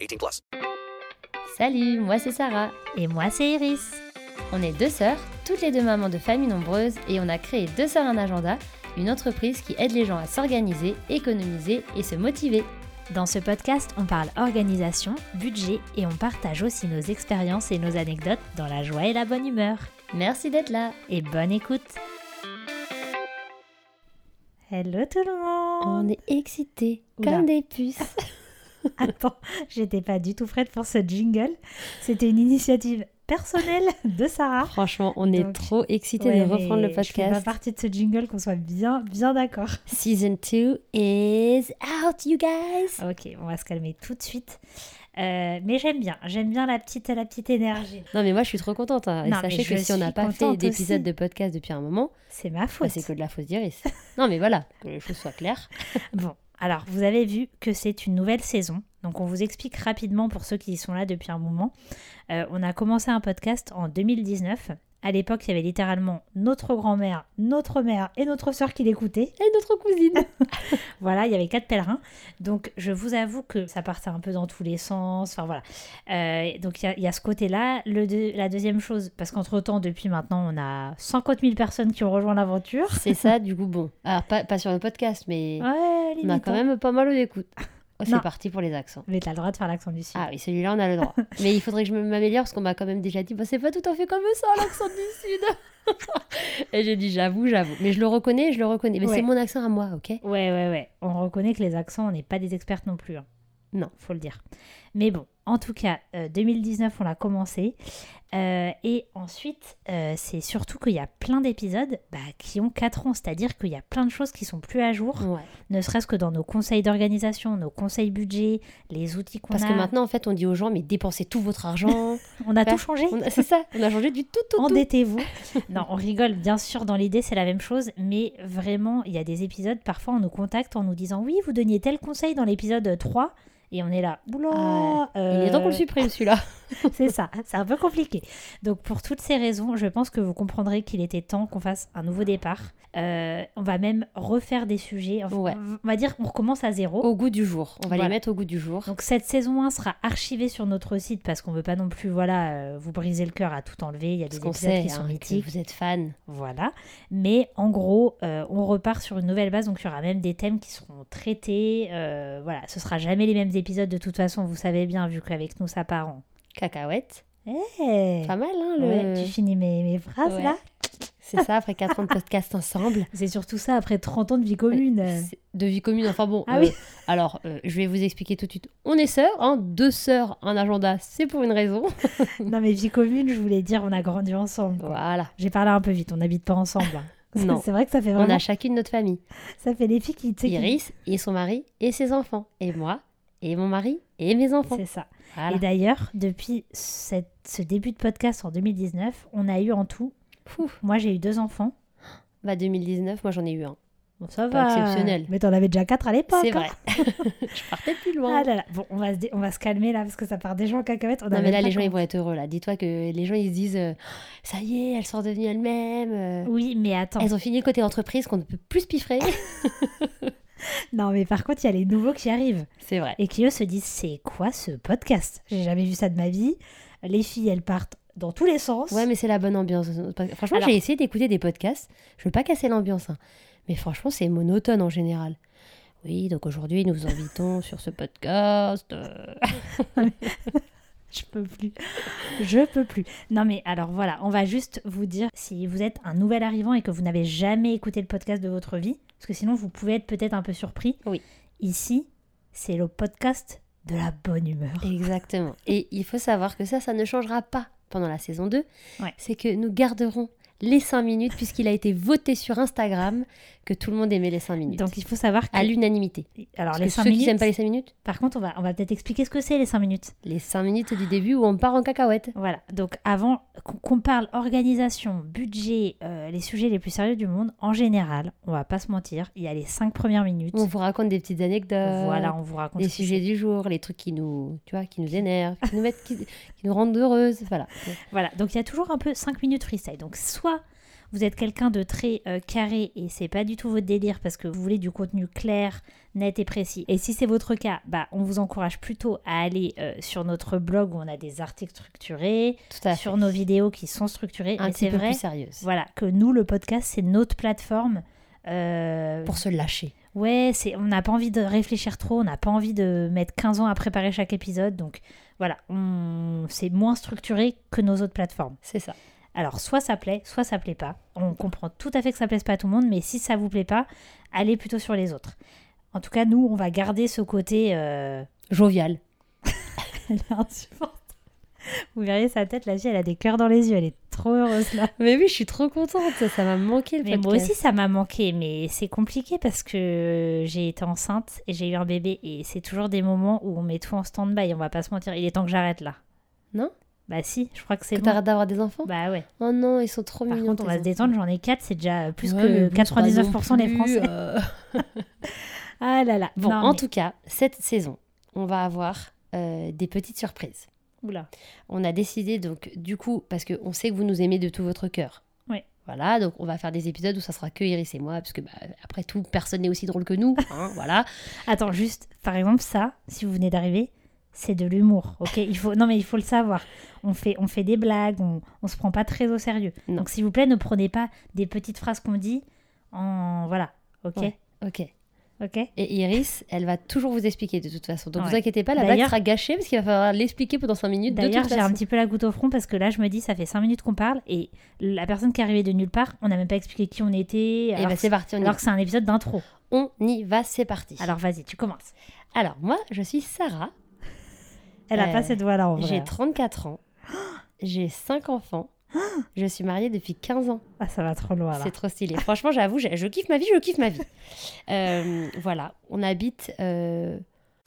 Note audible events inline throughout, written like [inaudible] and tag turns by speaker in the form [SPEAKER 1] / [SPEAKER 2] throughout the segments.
[SPEAKER 1] 18 plus.
[SPEAKER 2] Salut, moi c'est Sarah.
[SPEAKER 3] Et moi, c'est Iris.
[SPEAKER 2] On est deux sœurs, toutes les deux mamans de familles nombreuses, et on a créé Deux Sœurs un Agenda, une entreprise qui aide les gens à s'organiser, économiser et se motiver.
[SPEAKER 3] Dans ce podcast, on parle organisation, budget et on partage aussi nos expériences et nos anecdotes dans la joie et la bonne humeur.
[SPEAKER 2] Merci d'être là.
[SPEAKER 3] Et bonne écoute Hello tout le monde
[SPEAKER 2] est excités,
[SPEAKER 3] Oula.
[SPEAKER 2] des puces.
[SPEAKER 3] Attends, j'étais pas du tout prête pour ce jingle. C'était une initiative personnelle de Sarah.
[SPEAKER 4] [laughs] Franchement, on est
[SPEAKER 3] Donc,
[SPEAKER 4] trop excités
[SPEAKER 3] Ouais,
[SPEAKER 4] de reprendre le
[SPEAKER 3] mais Je fais pas
[SPEAKER 4] podcast.
[SPEAKER 3] partie de ce jingle, qu'on soit bien, bien d'accord.
[SPEAKER 4] Season 2 is out, you guys!
[SPEAKER 3] Ok, on va se calmer tout de suite. Euh, mais j'aime bien, j'aime bien la petite, la petite énergie.
[SPEAKER 4] Non, mais moi, je suis trop contente. hein. Et
[SPEAKER 3] Non, mais
[SPEAKER 4] sachez
[SPEAKER 3] je
[SPEAKER 4] que si on n'a
[SPEAKER 3] suis
[SPEAKER 4] pas fait
[SPEAKER 3] contente aussi.
[SPEAKER 4] d'épisode de podcast depuis un moment,
[SPEAKER 3] C'est ma
[SPEAKER 4] bah,
[SPEAKER 3] faute.
[SPEAKER 4] c'est que de la fausse d'Iris. non, mais voilà, que les choses soient
[SPEAKER 3] [laughs]
[SPEAKER 4] claires.
[SPEAKER 3] Bon, alors vous avez vu que c'est une nouvelle saison. Donc on vous explique rapidement pour ceux qui sont là depuis un moment. Euh, on a commencé un podcast en 2019. À l'époque, il y avait littéralement notre grand-mère, notre mère et notre sœur qui l'écoutaient.
[SPEAKER 4] Et notre cousine!
[SPEAKER 3] Voilà, il y avait quatre pèlerins. Donc, je vous avoue que ça partait un peu dans tous les sens. Enfin, voilà. Euh, donc, il y a- il y, a ce côté-là. Le deux- la deuxième chose, parce qu'entre-temps, depuis maintenant, on a 50 000 personnes qui ont rejoint l'aventure.
[SPEAKER 4] c'est ça, du coup, bon. Alors, pas, pas sur le podcast, mais
[SPEAKER 3] Ouais,
[SPEAKER 4] on a
[SPEAKER 3] limite,
[SPEAKER 4] Bah, quand
[SPEAKER 3] hein.
[SPEAKER 4] même pas mal
[SPEAKER 3] [laughs]
[SPEAKER 4] d'écoute. Oh,
[SPEAKER 3] Non.
[SPEAKER 4] c'est parti pour les accents.
[SPEAKER 3] Mais t'as le droit de faire l'accent du Sud.
[SPEAKER 4] Ah oui, celui-là, on a le
[SPEAKER 3] [laughs]
[SPEAKER 4] droit. mais il faudrait que je m'améliore parce qu'on m'a quand même déjà dit, bah, c'est pas tout à fait comme ça, l'accent du Sud!
[SPEAKER 3] [laughs]
[SPEAKER 4] Et j'ai dit, j'avoue, j'avoue. Mais je le reconnais, je le reconnais. Mais
[SPEAKER 3] Ouais.
[SPEAKER 4] c'est mon accent à moi, ok?
[SPEAKER 3] Ouais, ouais, ouais. On reconnaît que les accents, on n'est pas des expertes non plus. hein.
[SPEAKER 4] Non.
[SPEAKER 3] Faut le dire. Mais bon, en tout cas, euh, 2019, on l'a commencé. Euh, et ensuite, euh, c'est surtout qu'il y a plein d'épisodes bah, qui ont 4 ans. C'est-à-dire qu'il y a plein de choses qui sont plus à jour,
[SPEAKER 4] Ouais.
[SPEAKER 3] ne serait-ce que dans nos conseils d'organisation, nos conseils budget, les outils qu'on a.
[SPEAKER 4] Parce que maintenant, en fait, on dit aux gens, mais dépensez tout votre argent.
[SPEAKER 3] [laughs] on a
[SPEAKER 4] bah,
[SPEAKER 3] tout changé.
[SPEAKER 4] On a- C'est ça, on a changé du tout, tout, tout.
[SPEAKER 3] Endettez-vous. [laughs] non, on rigole, bien sûr, dans l'idée, c'est la même chose, mais vraiment, il y a des épisodes, parfois, on nous contacte en nous disant Oui, vous donniez tel conseil dans l'épisode 3, et on est là. Oula
[SPEAKER 4] Ah Il est temps qu'on le
[SPEAKER 3] euh,
[SPEAKER 4] supprime, celui-là.
[SPEAKER 3] [laughs] C'est ça, c'est un peu compliqué. Donc, pour toutes ces raisons, je pense que vous comprendrez qu'il était temps qu'on fasse un nouveau départ. Euh, on va même refaire des sujets. Enfin,
[SPEAKER 4] Ouais. Oh.
[SPEAKER 3] On va dire qu'on recommence à zéro.
[SPEAKER 4] Au goût du jour. On va
[SPEAKER 3] Voilà.
[SPEAKER 4] les mettre au goût du jour.
[SPEAKER 3] Donc cette saison 1 sera archivée sur notre site parce qu'on veut pas non plus voilà euh, vous briser le cœur à tout enlever, il y a des
[SPEAKER 4] Parce
[SPEAKER 3] épisodes
[SPEAKER 4] qu'on sait
[SPEAKER 3] qui sont
[SPEAKER 4] hein, que
[SPEAKER 3] mythiques.
[SPEAKER 4] vous êtes fan.
[SPEAKER 3] Voilà. Mais en gros, euh, on repart sur une nouvelle base, donc il y aura même des thèmes qui seront traités. euh, voilà, ce sera jamais les mêmes épisodes de toute façon, vous savez bien, vu qu'avec nous ça part en.
[SPEAKER 4] Cacahuète.
[SPEAKER 3] Eh,
[SPEAKER 4] Pas mal, hein,
[SPEAKER 3] ouais,
[SPEAKER 4] le...
[SPEAKER 3] tu finis mes, mes phrases
[SPEAKER 4] Ouais.
[SPEAKER 3] Ah, là
[SPEAKER 4] C'est ça, après 4 ans de podcast ensemble.
[SPEAKER 3] C'est surtout ça après 30 ans de vie commune. euh.
[SPEAKER 4] [laughs] C'est- De vie commune, enfin bon.
[SPEAKER 3] Ah
[SPEAKER 4] euh,
[SPEAKER 3] oui.
[SPEAKER 4] Alors, euh, je vais vous expliquer tout de suite. On est sœurs, hein, deux sœurs, un agenda, c'est pour une
[SPEAKER 3] [laughs]
[SPEAKER 4] raison.
[SPEAKER 3] non mais vie commune, je voulais dire on a grandi ensemble. quoi.
[SPEAKER 4] Voilà.
[SPEAKER 3] J'ai parlé un peu vite, on n'habite pas ensemble. hein.
[SPEAKER 4] [laughs] Non.
[SPEAKER 3] C'est vrai que ça fait
[SPEAKER 4] On
[SPEAKER 3] vraiment.
[SPEAKER 4] a chacune notre famille.
[SPEAKER 3] Ça fait les filles qui. tu sais, qui-
[SPEAKER 4] Iris et son mari et ses enfants. Et moi et mon mari et mes enfants.
[SPEAKER 3] C'est ça.
[SPEAKER 4] Voilà.
[SPEAKER 3] Et d'ailleurs, depuis cette- ce début de podcast en 2019, on a eu en tout.
[SPEAKER 4] Pouf.
[SPEAKER 3] Moi, j'ai eu deux enfants.
[SPEAKER 4] Bah 2019, moi j'en ai eu un.
[SPEAKER 3] Bon, ça
[SPEAKER 4] Pas
[SPEAKER 3] va.
[SPEAKER 4] exceptionnel.
[SPEAKER 3] Mais t'en avais déjà quatre à l'époque.
[SPEAKER 4] C'est
[SPEAKER 3] hein.
[SPEAKER 4] vrai. [laughs] je partais plus loin.
[SPEAKER 3] Ah là là. Bon, on va, se dé- on va se calmer là parce que ça part déjà en cacahuète. On a
[SPEAKER 4] non mais
[SPEAKER 3] Bah, même
[SPEAKER 4] là
[SPEAKER 3] pas
[SPEAKER 4] les gens ils
[SPEAKER 3] commencé.
[SPEAKER 4] vont être heureux là. Dis-toi que les gens ils se disent euh, ça y est, elles sont devenues elles-mêmes. euh,
[SPEAKER 3] Oui, mais attends.
[SPEAKER 4] Elles ont fini le côté entreprise qu'on ne peut plus se
[SPEAKER 3] [laughs]
[SPEAKER 4] piffrer.
[SPEAKER 3] Non, mais par contre, il y a les nouveaux qui arrivent
[SPEAKER 4] C'est vrai.
[SPEAKER 3] et qui eux se disent c'est quoi ce podcast J'ai jamais vu ça de ma vie. Les filles, elles partent dans tous les sens.
[SPEAKER 4] Ouais mais c'est la bonne ambiance. Franchement
[SPEAKER 3] Alors-
[SPEAKER 4] j'ai essayé d'écouter des podcasts. Je veux pas casser l'ambiance. hein. Mais franchement c'est monotone en général. Oui, donc aujourd'hui nous vous invitons [laughs] sur ce podcast. euh,
[SPEAKER 3] Je peux plus. Je peux plus. Non mais alors voilà, on va juste vous dire si vous êtes un nouvel arrivant et que vous n'avez jamais écouté le podcast de votre vie, parce que sinon vous pouvez être peut-être un peu surpris.
[SPEAKER 4] Oui.
[SPEAKER 3] Ici, c'est le podcast de la bonne humeur.
[SPEAKER 4] Exactement. Et il faut savoir que ça, ça ne changera pas pendant la saison 2.
[SPEAKER 3] Ouais.
[SPEAKER 4] C'est que nous garderons les 5 minutes, puisqu'il a été voté sur Instagram que tout le monde aimait les 5 minutes.
[SPEAKER 3] Donc il faut savoir que...
[SPEAKER 4] à l'unanimité.
[SPEAKER 3] Alors
[SPEAKER 4] Parce
[SPEAKER 3] les
[SPEAKER 4] que
[SPEAKER 3] 5
[SPEAKER 4] ceux qui
[SPEAKER 3] minutes...
[SPEAKER 4] n'aiment pas les 5 minutes,
[SPEAKER 3] Par contre, on va, on va peut-être expliquer ce que c'est les 5 minutes.
[SPEAKER 4] les 5 minutes, c'est du début où on part en cacahuète.
[SPEAKER 3] Voilà, donc avant qu'on- qu'on parle organisation, budget, euh, les sujets les plus sérieux du monde, en général, on va pas se mentir, il y a les 5 premières minutes.
[SPEAKER 4] On vous raconte des petites anecdotes.
[SPEAKER 3] voilà, on vous raconte
[SPEAKER 4] les
[SPEAKER 3] ce qui
[SPEAKER 4] sujets
[SPEAKER 3] s'est-
[SPEAKER 4] du jour, les trucs qui nous, tu vois, qui nous énervent, qui nous mettent, qui, qui nous rendent heureuses, voilà.
[SPEAKER 3] Voilà, donc il y a toujours un peu 5 minutes freestyle. Donc soit vous êtes quelqu'un de très euh, carré et c'est pas du tout votre délire parce que vous voulez du contenu clair, net et précis. Et si c'est votre cas, bah on vous encourage plutôt à aller euh, sur notre blog où on a des articles structurés,
[SPEAKER 4] Tout à
[SPEAKER 3] sur
[SPEAKER 4] fait.
[SPEAKER 3] nos vidéos qui sont structurées.
[SPEAKER 4] un
[SPEAKER 3] Mais
[SPEAKER 4] petit
[SPEAKER 3] c'est
[SPEAKER 4] peu
[SPEAKER 3] vrai,
[SPEAKER 4] plus sérieuse.
[SPEAKER 3] voilà, que nous le podcast c'est notre plateforme. euh,
[SPEAKER 4] Pour se lâcher.
[SPEAKER 3] Ouais, c'est, on n'a pas envie de réfléchir trop, on n'a pas envie de mettre 15 ans à préparer chaque épisode, donc voilà, on, c'est moins structuré que nos autres plateformes.
[SPEAKER 4] C'est ça.
[SPEAKER 3] Alors, soit ça plaît, soit ça plaît pas. On comprend tout à fait que ça plaise pas à tout le monde, mais si ça vous plaît pas, allez plutôt sur les autres. En tout cas, nous, on va garder ce côté. euh, [laughs]
[SPEAKER 4] Jovial.
[SPEAKER 3] elle est insupportable. Vous verrez sa tête, la fille, elle a des cœurs dans les yeux, elle est trop heureuse là.
[SPEAKER 4] Mais oui, je suis trop contente. Ça, ça m'a manqué le
[SPEAKER 3] Mais moi
[SPEAKER 4] podcast.
[SPEAKER 3] aussi, ça m'a manqué, mais c'est compliqué parce que j'ai été enceinte et j'ai eu un bébé, et c'est toujours des moments où on met tout en stand-by, on va pas se mentir. Il est temps que j'arrête là.
[SPEAKER 4] Non
[SPEAKER 3] Bah si, je crois que c'est
[SPEAKER 4] Que
[SPEAKER 3] bon.
[SPEAKER 4] t'arrêtes d'avoir des enfants
[SPEAKER 3] Bah ouais.
[SPEAKER 4] Oh non, ils sont trop
[SPEAKER 3] Par
[SPEAKER 4] mignons.
[SPEAKER 3] contre, on va
[SPEAKER 4] tes
[SPEAKER 3] se détendre,
[SPEAKER 4] enfants.
[SPEAKER 3] j'en ai 4, c'est déjà plus
[SPEAKER 4] Ouais, mais
[SPEAKER 3] que
[SPEAKER 4] bon, c'est pas non
[SPEAKER 3] 99% des
[SPEAKER 4] plus,
[SPEAKER 3] Français.
[SPEAKER 4] euh,
[SPEAKER 3] Ah là là.
[SPEAKER 4] Bon,
[SPEAKER 3] Non,
[SPEAKER 4] en
[SPEAKER 3] mais-
[SPEAKER 4] tout cas, cette saison, on va avoir euh, des petites surprises.
[SPEAKER 3] Oula.
[SPEAKER 4] On a décidé donc du coup parce que on sait que vous nous aimez de tout votre cœur.
[SPEAKER 3] Ouais.
[SPEAKER 4] Voilà, donc on va faire des épisodes où ça sera que Iris et moi, parce que bah, après tout, personne n'est aussi drôle que
[SPEAKER 3] [laughs]
[SPEAKER 4] nous. hein, voilà.
[SPEAKER 3] Attends, juste, par exemple, ça, si vous venez d'arriver, c'est de l'humour, ok il faut... Non, mais il faut le savoir. On fait, on fait des blagues, on, on se prend pas très au sérieux.
[SPEAKER 4] Non.
[SPEAKER 3] Donc, s'il vous plaît, ne prenez pas des petites phrases qu'on dit en... Voilà, ok
[SPEAKER 4] Ouais. Ok.
[SPEAKER 3] Ok
[SPEAKER 4] Et Iris, elle va toujours vous expliquer de toute façon. Donc
[SPEAKER 3] Ouais.
[SPEAKER 4] vous inquiétez pas, la blague
[SPEAKER 3] D'ailleurs-
[SPEAKER 4] sera gâchée parce qu'il va falloir l'expliquer pendant 5 minutes. de
[SPEAKER 3] D'ailleurs,
[SPEAKER 4] toute
[SPEAKER 3] j'ai un
[SPEAKER 4] façon.
[SPEAKER 3] petit peu la goutte au front parce que là, je me dis, ça fait 5 minutes qu'on parle et la personne qui est arrivée de nulle part, on n'a même pas expliqué qui on était,
[SPEAKER 4] Eh
[SPEAKER 3] alors,
[SPEAKER 4] ben, c'est parti, on y,
[SPEAKER 3] alors que c'est un épisode d'intro.
[SPEAKER 4] on y va, c'est parti. Alors...
[SPEAKER 3] Alors, vas-y, tu commences.
[SPEAKER 4] moi, je suis Sarah,
[SPEAKER 3] Elle a
[SPEAKER 4] Euh,
[SPEAKER 3] pas cette voix-là, en vrai. hein.
[SPEAKER 4] j'ai 34
[SPEAKER 3] [gasps]
[SPEAKER 4] ans, j'ai 5 enfants, je suis mariée depuis 15 ans.
[SPEAKER 3] Ah, ça va trop loin, là.
[SPEAKER 4] C'est trop stylé. Franchement, j'avoue, je, je kiffe ma vie, je kiffe ma vie. Euh, voilà, on habite. euh,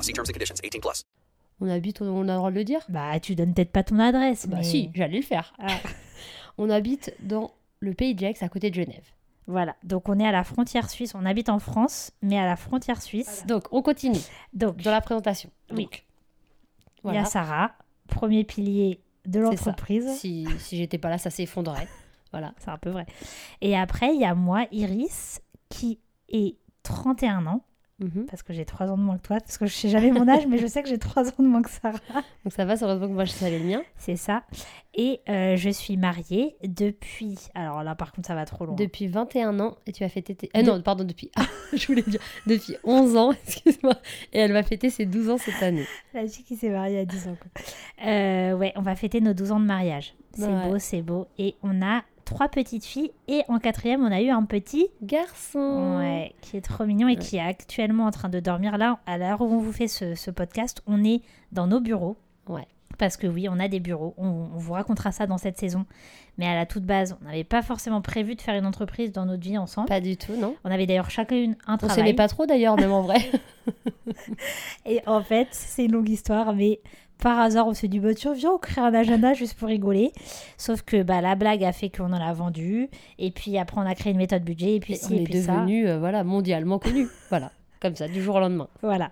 [SPEAKER 1] See terms and conditions. 18 plus.
[SPEAKER 4] on habite, on, on a le droit de le dire
[SPEAKER 3] Bah, tu donnes peut-être pas ton adresse.
[SPEAKER 4] Bah
[SPEAKER 3] mais...
[SPEAKER 4] si, j'allais le
[SPEAKER 3] [laughs]
[SPEAKER 4] faire.
[SPEAKER 3] Ah.
[SPEAKER 4] on habite dans le pays de Gex, à côté de Genève.
[SPEAKER 3] Voilà, donc on est à la frontière suisse. On habite en France, mais à la frontière suisse.
[SPEAKER 4] Donc, on continue
[SPEAKER 3] Donc,
[SPEAKER 4] dans la présentation.
[SPEAKER 3] Oui.
[SPEAKER 4] Donc,
[SPEAKER 3] il y a Sarah, premier pilier de
[SPEAKER 4] C'est ça.
[SPEAKER 3] l'entreprise.
[SPEAKER 4] Si, si j'étais pas là, ça s'effondrerait. Voilà.
[SPEAKER 3] C'est un peu vrai. Et après, il y a moi, Iris, qui est 31 ans,
[SPEAKER 4] Mhm.
[SPEAKER 3] parce que j'ai 3 ans de moins que toi, parce que je sais jamais mon âge, mais je sais que j'ai 3 ans de moins que Sarah.
[SPEAKER 4] Donc ça va, heureusement que moi je savais le mien.
[SPEAKER 3] C'est ça. Et euh, je suis mariée depuis... Alors là, par contre, ça va trop loin.
[SPEAKER 4] Depuis 21 ans, et tu as fêté tes... euh,
[SPEAKER 3] De-
[SPEAKER 4] non, pardon, depuis... Ah, [laughs] je voulais dire... Depuis 11 ans, [laughs] excuse-moi. Et elle va fêter ses 12 ans cette année.
[SPEAKER 3] La fille qui s'est mariée à 10 ans. quoi. Euh, ouais, on va fêter nos 12 ans de mariage. C'est
[SPEAKER 4] Ouais.
[SPEAKER 3] beau, c'est beau. Et on a trois petites filles et en quatrième, on a eu un petit
[SPEAKER 4] Garçon
[SPEAKER 3] ouais, qui est trop mignon et qui est actuellement en train de dormir. Là, à l'heure où on vous fait ce, ce podcast, on est dans nos bureaux.
[SPEAKER 4] Ouais.
[SPEAKER 3] Parce que oui, on a des bureaux. On, on vous racontera ça dans cette saison. Mais à la toute base, on n'avait pas forcément prévu de faire une entreprise dans notre vie ensemble.
[SPEAKER 4] Pas du tout, non
[SPEAKER 3] On avait d'ailleurs chacun une,
[SPEAKER 4] Hein
[SPEAKER 3] un
[SPEAKER 4] On
[SPEAKER 3] travail.
[SPEAKER 4] [laughs] s'aimait pas trop d'ailleurs, même en vrai.
[SPEAKER 3] Et en fait, c'est une longue histoire, mais par hasard, on s'est dit, bah, tiens, viens, on crée un agenda juste pour rigoler. Sauf que bah, la blague a fait qu'on en a vendu. Et puis après, on a créé une méthode budget. Et puis,
[SPEAKER 4] Et
[SPEAKER 3] si,
[SPEAKER 4] on
[SPEAKER 3] et
[SPEAKER 4] est
[SPEAKER 3] puis ça.
[SPEAKER 4] devenu euh, voilà, mondialement connu. voilà, comme ça, du jour au lendemain.
[SPEAKER 3] Voilà.